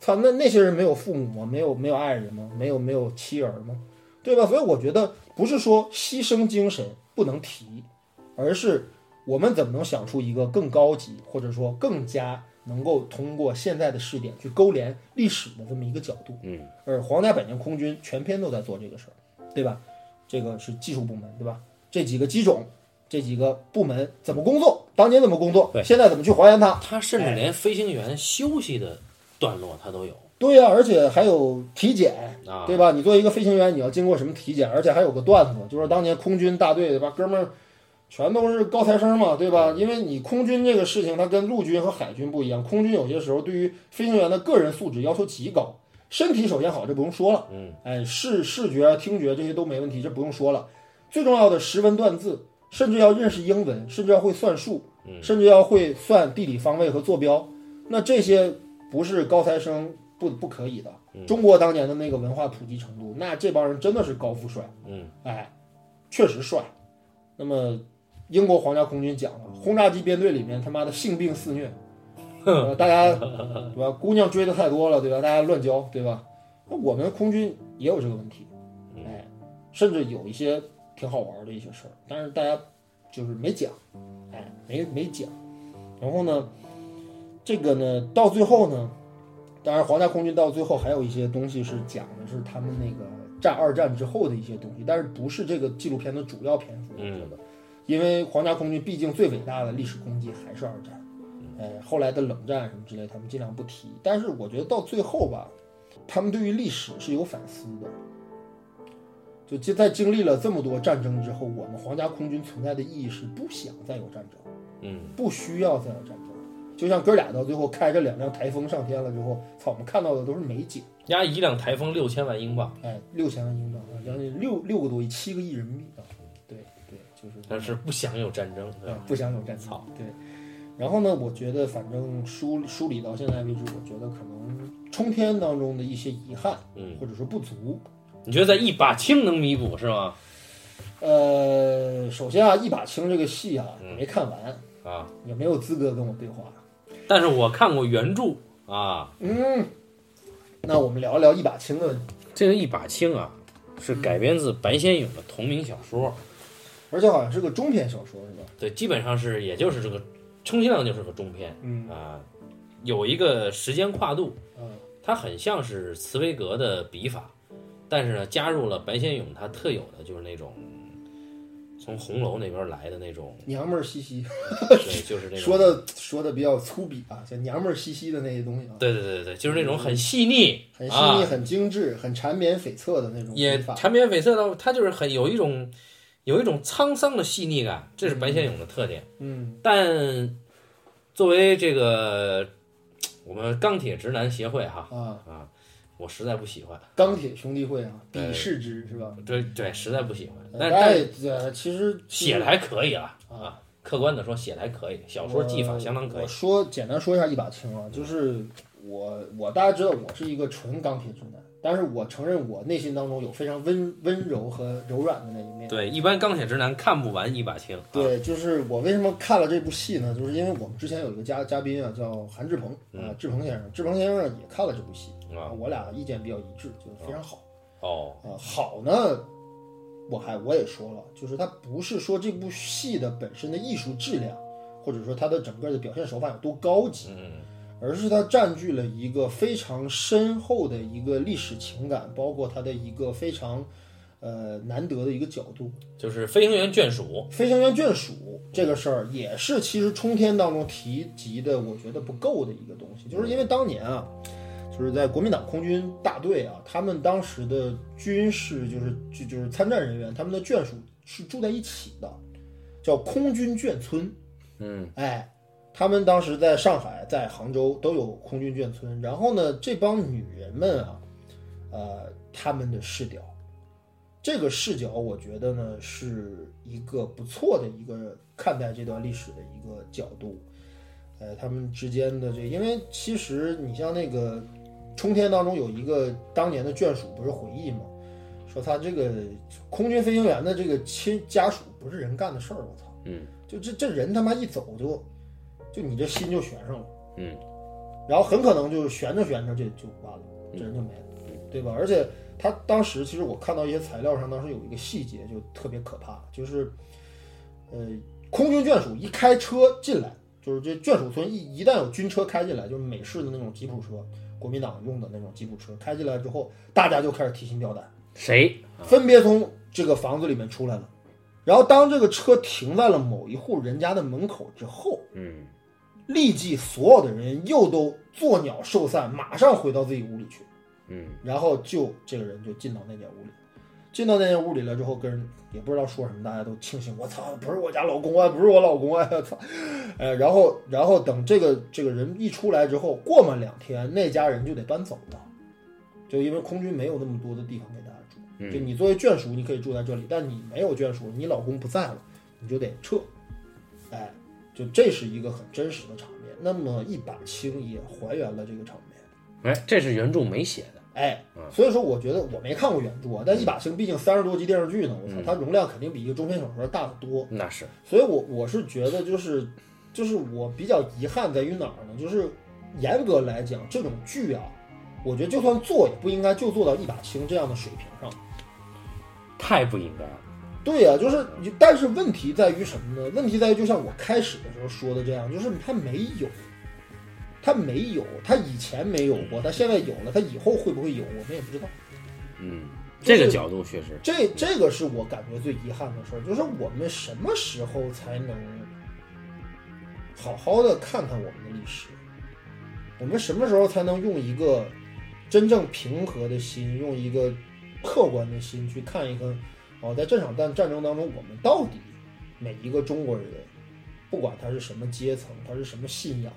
操，那那些人没有父母吗？没有没有爱人吗？没有没有妻儿吗？对吧？所以我觉得不是说牺牲精神不能提，而是我们怎么能想出一个更高级，或者说更加能够通过现在的视点去勾连历史的这么一个角度。
嗯，
而皇家百年空军全篇都在做这个事儿，对吧？这个是技术部门，对吧？这几个机种，这几个部门怎么工作？当年怎么工作
对？
现在怎么去还原它？
他甚至连飞行员休息的段落他都有
对呀、而且还有体检，
啊，
对吧？你作为一个飞行员，你要经过什么体检？而且还有个段子，就是当年空军大队对吧，哥们儿全都是高材生嘛，对吧？
嗯
因为你空军这个事情，它跟陆军和海军不一样，空军有些时候对于飞行员的个人素质要求极高，身体首先好，这不用说了，
嗯，
哎，视视觉、听觉这些都没问题，这不用说了。最重要的识文断字，甚至要认识英文，甚至要会算数，
嗯
甚至要会算地理方位和坐标。那这些不是高材生不不可以的。中国当年的那个文化普及程度，那这帮人真的是高富帅，
嗯，
哎，确实帅。那么英国皇家空军讲了，轰炸机编队里面他妈的性病肆虐，呃大家对吧？姑娘追的太多了，对吧？大家乱交，对吧？那我们空军也有这个问题，哎，甚至有一些挺好玩的一些事儿，但是大家就是没讲，哎，没没讲。然后呢，这个呢，到最后呢，当然皇家空军到最后还有一些东西是讲的是他们那个战二战之后的一些东西，但是不是这个纪录片的主要篇幅，我
嗯
觉得，因为皇家空军毕竟最伟大的历史功绩还是二战，哎，后来的冷战什么之类，他们尽量不提。但是我觉得到最后吧，他们对于历史是有反思的。就就在经历了这么多战争之后，我们皇家空军存在的意义是不想再有战争。
嗯，
不需要再有战争。就像哥俩到最后开着两辆台风上天了之后，操，我们看到的都是美景。
压一辆台风六千万英镑，
哎，六千万英镑，啊，将近六六个多亿，七个亿人民币啊！对对，就是
但是不想有战争，对
啊
吧？，
不想有战争
操。
对，然后呢，我觉得反正梳梳理到现在为止，我觉得可能冲天当中的一些遗憾，
嗯，
或者说不足，
你觉得在一把青能弥补是吗？
呃，首先啊，一把青这个戏啊
嗯
没看完，
啊，
也没有资格跟我对话。
但是我看过原著啊，
嗯，那我们聊一聊一把青的问题。
这个一把青啊，是改编自白先勇的同名小说，
而且好像是个中篇小说，是吧？
对，基本上是也就是这个，充其量就是个中篇
嗯
啊，有一个时间跨度，
嗯，
它很像是茨威格的笔法，但是呢，加入了白先勇他特有的就是那种从红楼那边来的那种，
娘们儿兮兮，
对，就是那种
说的说的比较粗鄙啊，就娘们儿兮兮的那些东西啊，
对对对对，就是那种很细腻、
很细腻、
啊，
很精致、很缠绵悱恻的那种
也
笔法。
缠绵悱恻到它就是很有一种有一种沧桑的细腻感，这是白先勇的特点。
嗯，
但作为这个我们钢铁直男协会哈
啊，
啊，我实在不喜欢，
钢铁兄弟会啊，
对
鄙视之是吧？
对对，实在不喜欢。但哎但
哎，呃，其实
写的还可以了啊，客观的说写的还可以，小说技法相当可
呃
以嗯
我我。说简单说一下一把青啊，就是我我大家知道我是一个纯钢铁直男，但是我承认我内心当中有非常温温柔和柔软的那一面。
对，一般钢铁直男看不完一把青。啊，
对，就是我为什么看了这部戏呢？就是因为我们之前有一个嘉嘉宾啊，叫韩志鹏啊，志鹏先生，志鹏先生也看了这部戏
嗯啊，
我俩意见比较一致，就是非常好。
哦，
啊，好呢，我还我也说了，就是它不是说这部戏的本身的艺术质量，或者说它的整个的表现手法有多高级，
嗯，
而是它占据了一个非常深厚的一个历史情感，包括它的一个非常呃难得的一个角度。
就是飞行员眷属。
飞行员眷属这个事儿也是其实冲天当中提及的，我觉得不够的一个东西，就是因为当年啊，就是在国民党空军大队啊，他们当时的军事就是就就是参战人员，他们的眷属是住在一起的，叫空军眷村。
嗯
哎，他们当时在上海、在杭州都有空军眷村。然后呢，这帮女人们啊，呃，他们的视角，这个视角，我觉得呢是一个不错的一个看待这段历史的一个角度。呃，他们之间的这，因为其实你像那个冲天当中有一个当年的眷属，不是回忆吗？说他这个空军飞行员的这个亲家属不是人干的事儿，我操！
嗯
就这这人他妈一走就，就你这心就悬上了，
嗯，
然后很可能就是悬着悬着这就完了，这人就没了，对吧？而且他当时其实我看到一些材料上，当时有一个细节就特别可怕，就是，呃，空军眷属一开车进来，就是这眷属村一一旦有军车开进来，就是美式的那种吉普车，国民党用的那种吉普车开进来之后，大家就开始提心吊胆。
谁？
分别从这个房子里面出来了。然后当这个车停在了某一户人家的门口之后，
嗯
立即所有的人又都作鸟兽散，马上回到自己屋里去。
嗯
然后就这个人就进到那间屋里，进到那间屋里了之后，跟人也不知道说什么，大家都庆幸我操，不是我家老公啊，不是我老公啊，操，呃，然后然后等这个这个人一出来之后，过么两天那家人就得搬走了，就因为空军没有那么多的地方给大家住，
嗯
就你作为眷属你可以住在这里，但你没有眷属，你老公不在了，你就得撤，哎，就这是一个很真实的场面。那么一把青也还原了这个场面。
哎，这是原著没写的。
哎
嗯，
所以说我觉得我没看过原著啊，但一把星毕竟三十多集电视剧呢，我操
嗯，
它容量肯定比一个中篇小说大得多。
那是，
所以我我是觉得就是，就是我比较遗憾在于哪儿呢？就是严格来讲，这种剧啊，我觉得就算做也不应该就做到一把星这样的水平上。
太不应该了。
对呀、就是你，但是问题在于什么呢？问题在于，就像我开始的时候说的这样，就是他没有，他没有，他以前没有过，他现在有了，他以后会不会有，我们也不知道。
嗯，
就
这
是
个角度确实，
这这个是我感觉最遗憾的事儿，就是我们什么时候才能好好的看看我们的历史？我们什么时候才能用一个真正平和的心，用一个客观的心去看一看？哦，在这场战战争当中，我们到底每一个中国人，不管他是什么阶层，他是什么信仰，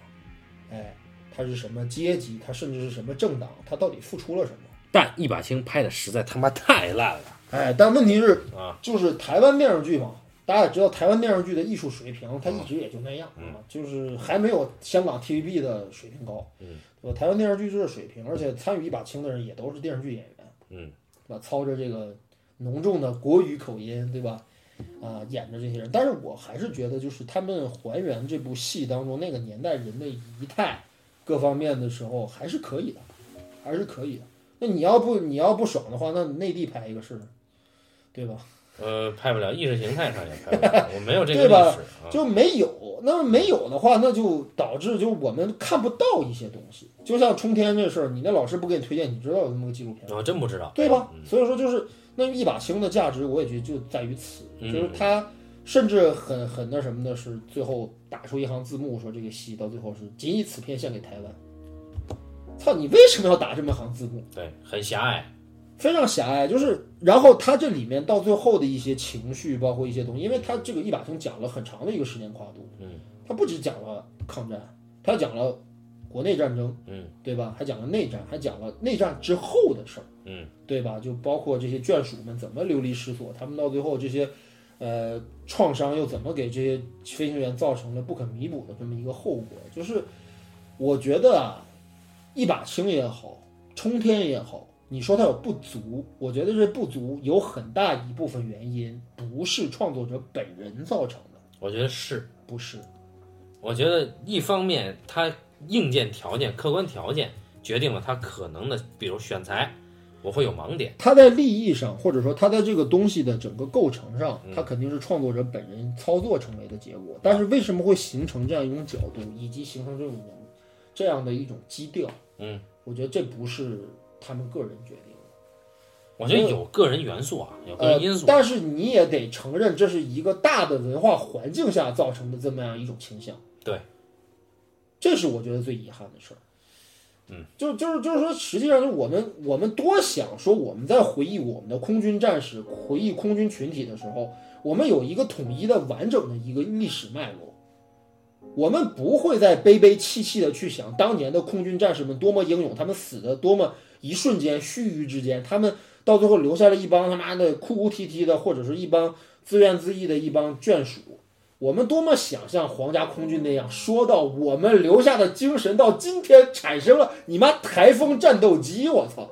哎，他是什么阶级，他甚至是什么政党，他到底付出了什么？
但一把青拍的实在他妈太烂了
哎，但问题是，
啊！
就是台湾电视剧嘛，大家也知道台湾电视剧的艺术水平，它
嗯
一直也就那样啊，就是还没有香港 TVB 的水平高，
嗯，
对吧？台湾电视剧这水平，而且参与一把青的人也都是电视剧演员，
嗯，
对吧？操着这个浓重的国语口音，对吧？啊、演着这些人，但是我还是觉得，就是他们还原这部戏当中那个年代人的仪态，各方面的时候，还是可以的，还是可以的。那你要不你要不爽的话，那内地拍一个试试，对吧？
呃，拍不了，意识形态上也拍不了，我没有这个
对吧
历史啊。
就没有。那没有的话，那就导致就我们看不到一些东西。就像冲天这事儿，你那老师不给你推荐，你知道有这么个纪录片，
我真不知道，
对吧？
嗯
所以说就是那一把星的价值，我也觉得就在于此，
嗯
就是它甚至很很那什么的是，最后打出一行字幕说这个戏到最后是仅以此片献给台湾。操，你为什么要打这么行字幕？
对，很狭隘，
非常狭隘，就是，然后它这里面到最后的一些情绪，包括一些东西，因为它这个一把星讲了很长的一个时间跨度，
嗯，
它不只讲了抗战，它讲了国内战争，
嗯，
对吧？还讲了内战，还讲了内战之后的事儿，
嗯，
对吧？就包括这些眷属们怎么流离失所，他们到最后这些，呃，创伤又怎么给这些飞行员造成了不可弥补的这么一个后果，就是我觉得啊，一把青也好，冲天也好，你说它有不足，我觉得这不足有很大一部分原因不是创作者本人造成的，
我觉得是，
不是，
我觉得一方面它硬件条件、客观条件决定了它可能的，比如选材，我会有盲点，
它在立意上，或者说它在这个东西的整个构成上，它肯定是创作者本人操作成为的结果。但是为什么会形成这样一种角度，以及形成这种这样的一种基调？
嗯，
我觉得这不是他们个人决定的。
我觉得有个人元素啊，有个
呃
人因，素，
但是你也得承认，这是一个大的文化环境下造成的这么样一种倾向。
对，
这是我觉得最遗憾的事儿。
嗯，
就就是就是说，实际上就我们我们多想说，我们在回忆我们的空军战士、回忆空军群体的时候，我们有一个统一的、完整的一个历史脉络。我们不会再悲悲戚戚的去想当年的空军战士们多么英勇，他们死的多么一瞬间，须臾之间，他们到最后留下了一帮他妈的哭哭啼啼的，或者是一帮自怨自艾的一帮眷属。我们多么想像皇家空军那样，说到我们留下的精神，到今天产生了你妈台风战斗机，我操！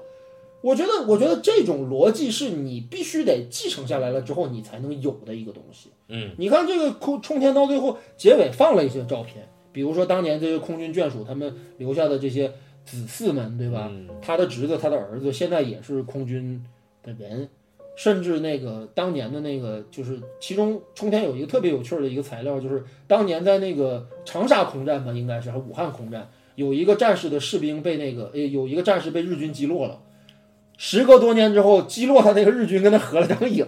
我觉得，我觉得这种逻辑是你必须得继承下来了之后，你才能有的一个东西。
嗯，
你看这个空冲天到最后结尾放了一些照片，比如说当年这些空军眷属他们留下的这些子嗣们，对吧？
嗯
他的侄子、他的儿子现在也是空军的人，甚至那个当年的那个，就是其中冲天有一个特别有趣儿的一个材料，就是当年在那个长沙空战吧，应该是还是武汉空战，有一个战士的士兵被那个，呃，有一个战士被日军击落了，时隔多年之后，击落他那个日军跟他合了张影。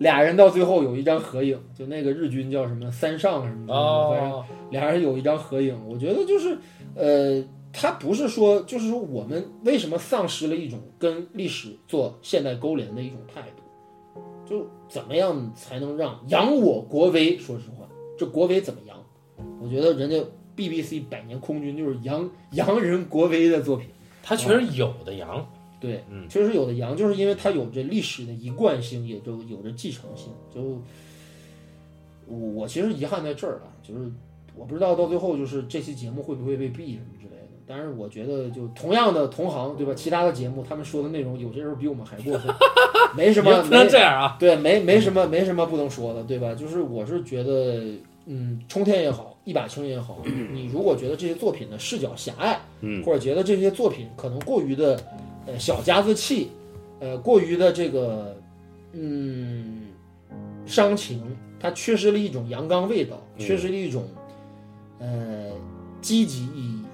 俩人到最后有一张合影，就那个日军叫什么三上什么的，反正
哦，
俩人有一张合影，我觉得就是，呃，他不是说，就是说我们为什么丧失了一种跟历史做现代勾连的一种态度，就怎么样才能让扬我国威？说实话，这国威怎么扬？我觉得人家 BBC 百年空军就是扬扬人国威的作品，
它确实有的阳，
对，
嗯
确实有的扬，就是因为它有着历史的一贯性，也就有着继承性。就我我其实遗憾在这儿了，啊就是我不知道到最后就是这期节目会不会被毙什么之类的。但是我觉得，就同样的同行，对吧？其他的节目他们说的内容，有些时候比我们还 过分，没什么，
不
没
能这样啊，
对，没没什么没什么不能说的，对吧？就是我是觉得，嗯，冲天也好，一把青也好，你如果觉得这些作品的视角狭隘，
嗯，
或者觉得这些作品可能过于的，呃，小家子气，呃，过于的这个，嗯，伤情，它缺失了一种阳刚味道，
嗯
缺失了一种，呃，积极意义，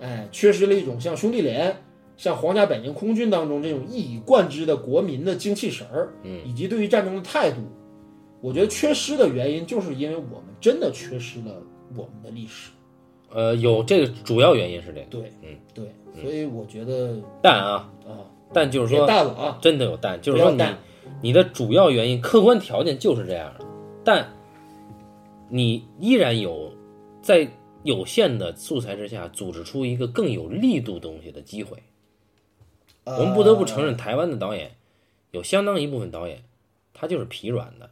哎，缺失了一种像兄弟连。像皇家百年空军当中这种一以贯之的国民的精气神儿，
嗯
以及对于战争的态度，我觉得缺失的原因就是因为我们真的缺失了我们的历史。
呃，有这个主要原因是这个，
对，
嗯，
对，所以我觉得
但啊，
啊，
但就是
别
说
淡了啊，
真的有但，就是说
不要
你
淡
你的主要原因客观条件就是这样的，但你依然有在有限的素材之下组织出一个更有力度东西的机会。
呃
我们不得不承认，台湾的导演有相当一部分导演，他就是疲软的，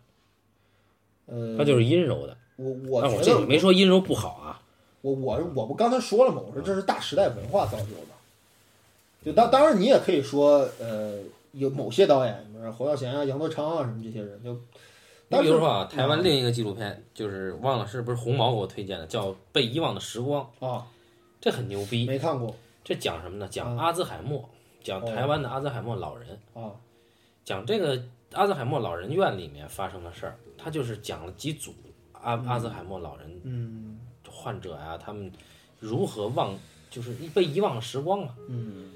呃，
他就是阴柔的。
我我
但我
觉
这里
得
没说阴柔不好啊，
我我我不刚才说了吗？我说这是大时代文化造就的。就当当然你也可以说，呃，有某些导演，比如说侯孝贤啊、杨德昌啊什么这些人，就
你
但
比
是
如说啊，台湾另一个纪录片就是忘了是不是红毛给我推荐的，叫《被遗忘的时光》，
啊
这很牛逼。
没看过
这讲什么呢？讲阿兹海默，
哦
讲台湾的阿兹海默老人，
啊
讲这个阿兹海默老人院里面发生的事儿。他就是讲了几组阿阿兹海默老人
嗯
患者呀、他们如何忘，就是被遗忘了时光嘛，
嗯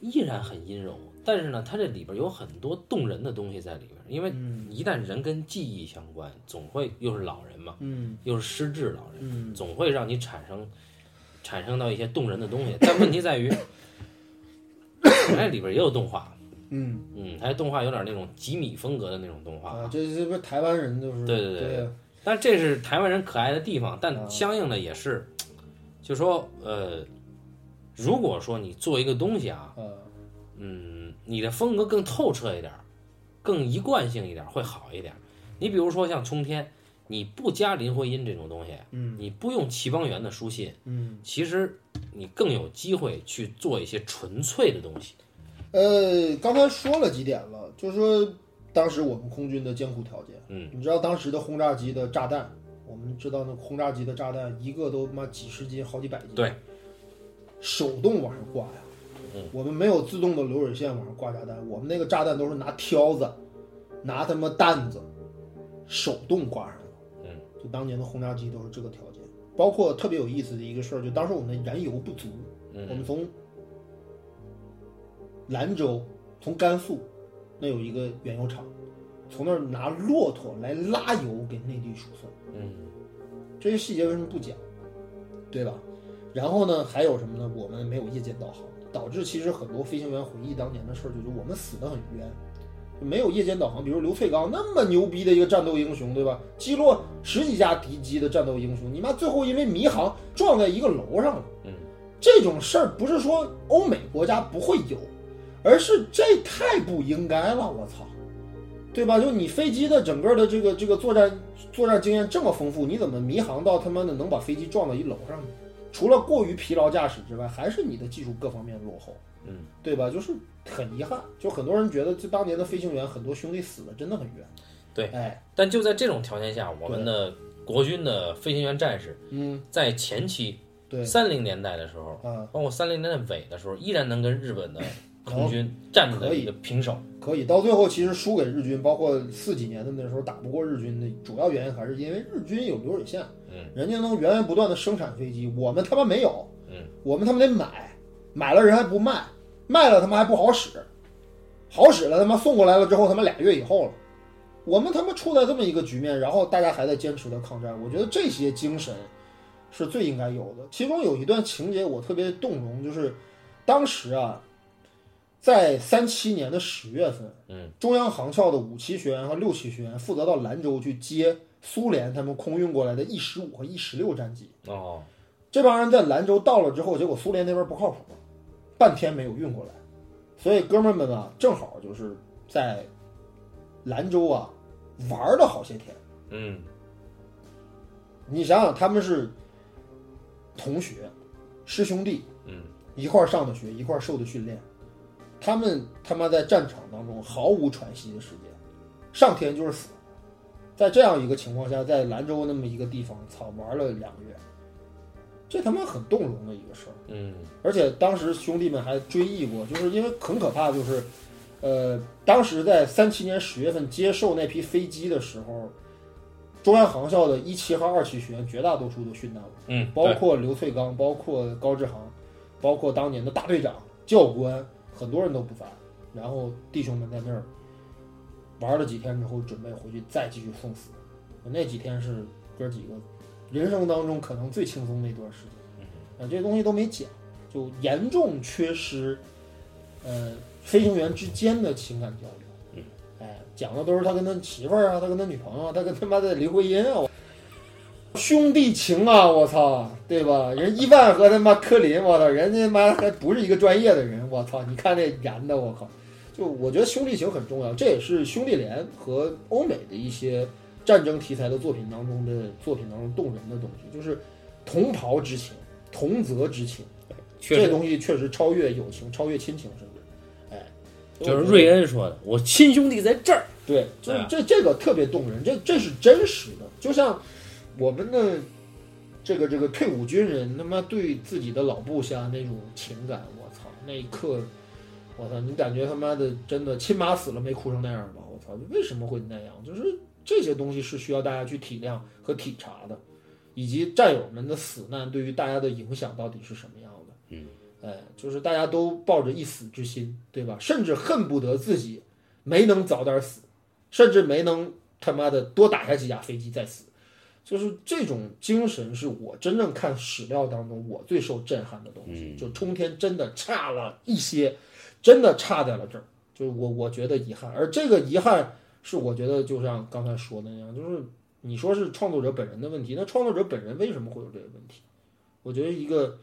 依然很阴柔。但是呢，它这里边有很多动人的东西在里边，因为
嗯
一旦人跟记忆相关，总会又是老人嘛，
嗯
又是失智老人，
嗯
总会让你产生产生到一些动人的东西。但问题在于， 哎，里边也有动画，
嗯
嗯，它动画有点那种吉米风格的那种动画
啊，这这不是台湾人就是
对对对
对啊
但这是台湾人可爱的地方，
啊
但相应的也是，就说呃，如果说你做一个东西啊，
啊
嗯，你的风格更透彻一点儿，更一贯性一点儿会好一点儿。你比如说像冲天，你不加林徽因这种东西，
嗯
你不用齐邦媛的书信，
嗯。
其实你更有机会去做一些纯粹的东西。
呃，刚才说了几点了，就是说当时我们空军的艰苦条件，
嗯，
你知道当时的轰炸机的炸弹，我们知道那轰炸机的炸弹一个都他妈几十斤，好几百斤，
对，
手动往上挂呀，
嗯，
我们没有自动的流水线往上挂炸弹，我们那个炸弹都是拿挑子，拿他妈担子，手动挂上的，
嗯，
就当年的轰炸机都是这个条件，包括特别有意思的一个事儿，就当时我们的燃油不足，我
嗯
们从兰州，从甘肃那有一个原油厂，从那儿拿骆驼来拉油给内地输送，
嗯
这些细节为什么不讲，对吧？然后呢，还有什么呢？我们没有夜间导航，导致其实很多飞行员回忆当年的事儿，就是我们死得很冤，就没有夜间导航。比如刘翠刚那么牛逼的一个战斗英雄，对吧？击落十几架敌机的战斗英雄，你妈最后因为迷航撞在一个楼上了。
嗯
这种事儿不是说欧美国家不会有，而是这太不应该了，我操，对吧？就你飞机的整个的这个这个作战作战经验这么丰富，你怎么迷航到他妈的能把飞机撞到一楼上呢？除了过于疲劳驾驶之外，还是你的技术各方面落后，
嗯，
对吧？就是很遗憾，就很多人觉得这当年的飞行员，很多兄弟死的真的很冤。
对
哎，
但就在这种条件下，我们的国军的飞行员战士
嗯，
在前期
对，
三零年代的时候。
啊，
包括三零年代尾的时候，依然能跟日本的
哦
空军战的一个平手。
可以，到最后其实输给日军，包括四几年的那时候打不过日军的主要原因，还是因为日军有流水线，
嗯，
人家能源源不断的生产飞机，我们他妈没有，
嗯，
我们他妈得买，买了人还不卖，卖了他妈还不好使，好使了他妈送过来了之后他妈俩月以后了，我们他妈处在这么一个局面，然后大家还在坚持的抗战，我觉得这些精神是最应该有的。其中有一段情节我特别动容，就是当时啊，在三七年的十月份，
嗯，
中央航校的五期学员和六期学员负责到兰州去接苏联他们空运过来的 E 十五和 E 十六战机。
哦，
这帮人在兰州到了之后，结果苏联那边不靠谱，半天没有运过来，所以哥们儿们啊，正好就是在兰州啊玩了好些天。
嗯
你想想，他们是同学、师兄弟，
嗯，
一块儿上的学，一块儿受的训练，他们他妈在战场当中毫无喘息的时间，上天就是死。在这样一个情况下，在兰州那么一个地方，操，玩了两个月，这他妈很动容的一个事儿。
嗯
而且当时兄弟们还追忆过，就是因为很可怕，就是，呃，当时在三七年十月份接受那批飞机的时候，中央航校的一期和二期学员绝大多数都殉难了。
嗯，
包
对，
括刘翠刚，包括高志航，包括当年的大队长、教官，很多人都不在。然后弟兄们在那儿玩了几天之后，准备回去再继续送死。那几天是哥几个人生当中可能最轻松的一段时
嗯
间。啊，这些东西都没讲，就严重缺失，呃，飞行员之间的情感交流。
嗯，
哎，讲的都是他跟他媳妇儿啊，他跟他女朋友啊，他跟他妈的林徽因啊，兄弟情啊，我操，对吧？人伊万和他妈科林，我操，人家妈还不是一个专业的人，我操！你看这燃的，我靠！就我觉得兄弟情很重要，这也是兄弟连和欧美的一些战争题材的作品当中的作品当中动人的东西，就是同袍之情、同泽之情，
确
这
实
东西确实超越友情、超越亲情，甚至，哎，
就是
瑞。
瑞恩说的，我亲兄弟在这儿。
对，就
对
是
啊
这这个特别动人，这这是真实的，就像我们的这个这个退伍军人他妈对自己的老部下那种情感，我操，那一刻，我操，你感觉他妈的真的亲妈死了没哭成那样吧？我操，为什么会那样？就是这些东西是需要大家去体谅和体察的，以及战友们的死难对于大家的影响到底是什么样的。
嗯，
哎，就是大家都抱着一死之心，对吧？甚至恨不得自己没能早点死，甚至没能他妈的多打下几架飞机再死。就是这种精神，是我真正看史料当中我最受震撼的东西。就冲天真的差了一些，真的差在了这儿，就是我我觉得遗憾。而这个遗憾是我觉得就像刚才说的那样，就是你说是创作者本人的问题，那创作者本人为什么会有这个问题？我觉得一个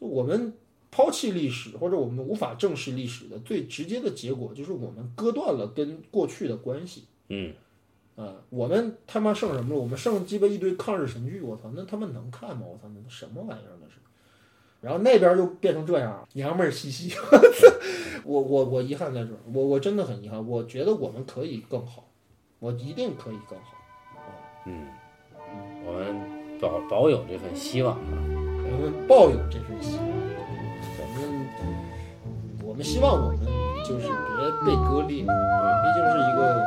就我们抛弃历史或者我们无法正视历史的最直接的结果，就是我们割断了跟过去的关系。
嗯，
啊，我们他妈剩什么了？我们剩鸡巴一堆抗日神剧，我操，那他妈能看吗？我操，那什么玩意儿那是？然后那边就变成这样，娘们儿兮兮。 我我我遗憾在这儿，我我真的很遗憾，我觉得我们可以更好，我一定可以更好。
我们保保有这份希望啊。
我们抱有这份希望，我们我们希望我们就是别被割裂，毕竟是一个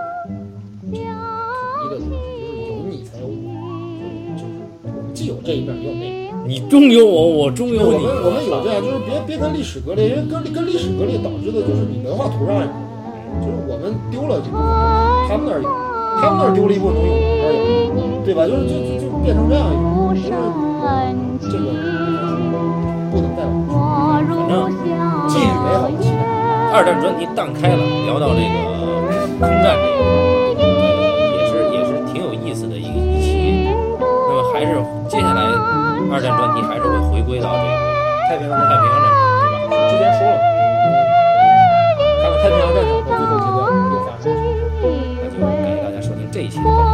统一的东西，就是有你才有我，就是我们既有这一面，也有那一面。
你中有我，我中有
我
你。
们我们有这样，就是别别跟历史割裂，因为跟跟历史割裂导致的就是你文化土壤也没有，就是我们丢了一部分东西，他们那儿有，他们那儿丢了一部分东西，我们那儿有，对吧？就是就就就变成这样一种，就是这个不能再往下寄予美好的期待。
二战专题荡开了，聊到这个空战这个，呃也是也是挺有意思的一个一期。那么还是接下来二战专题还是会回归到这个
太平洋
太
战
平洋战争，对吧？
场之前说了，看看太平洋战场到最后阶段又发生了。
那就感谢大家收听这一期的报告。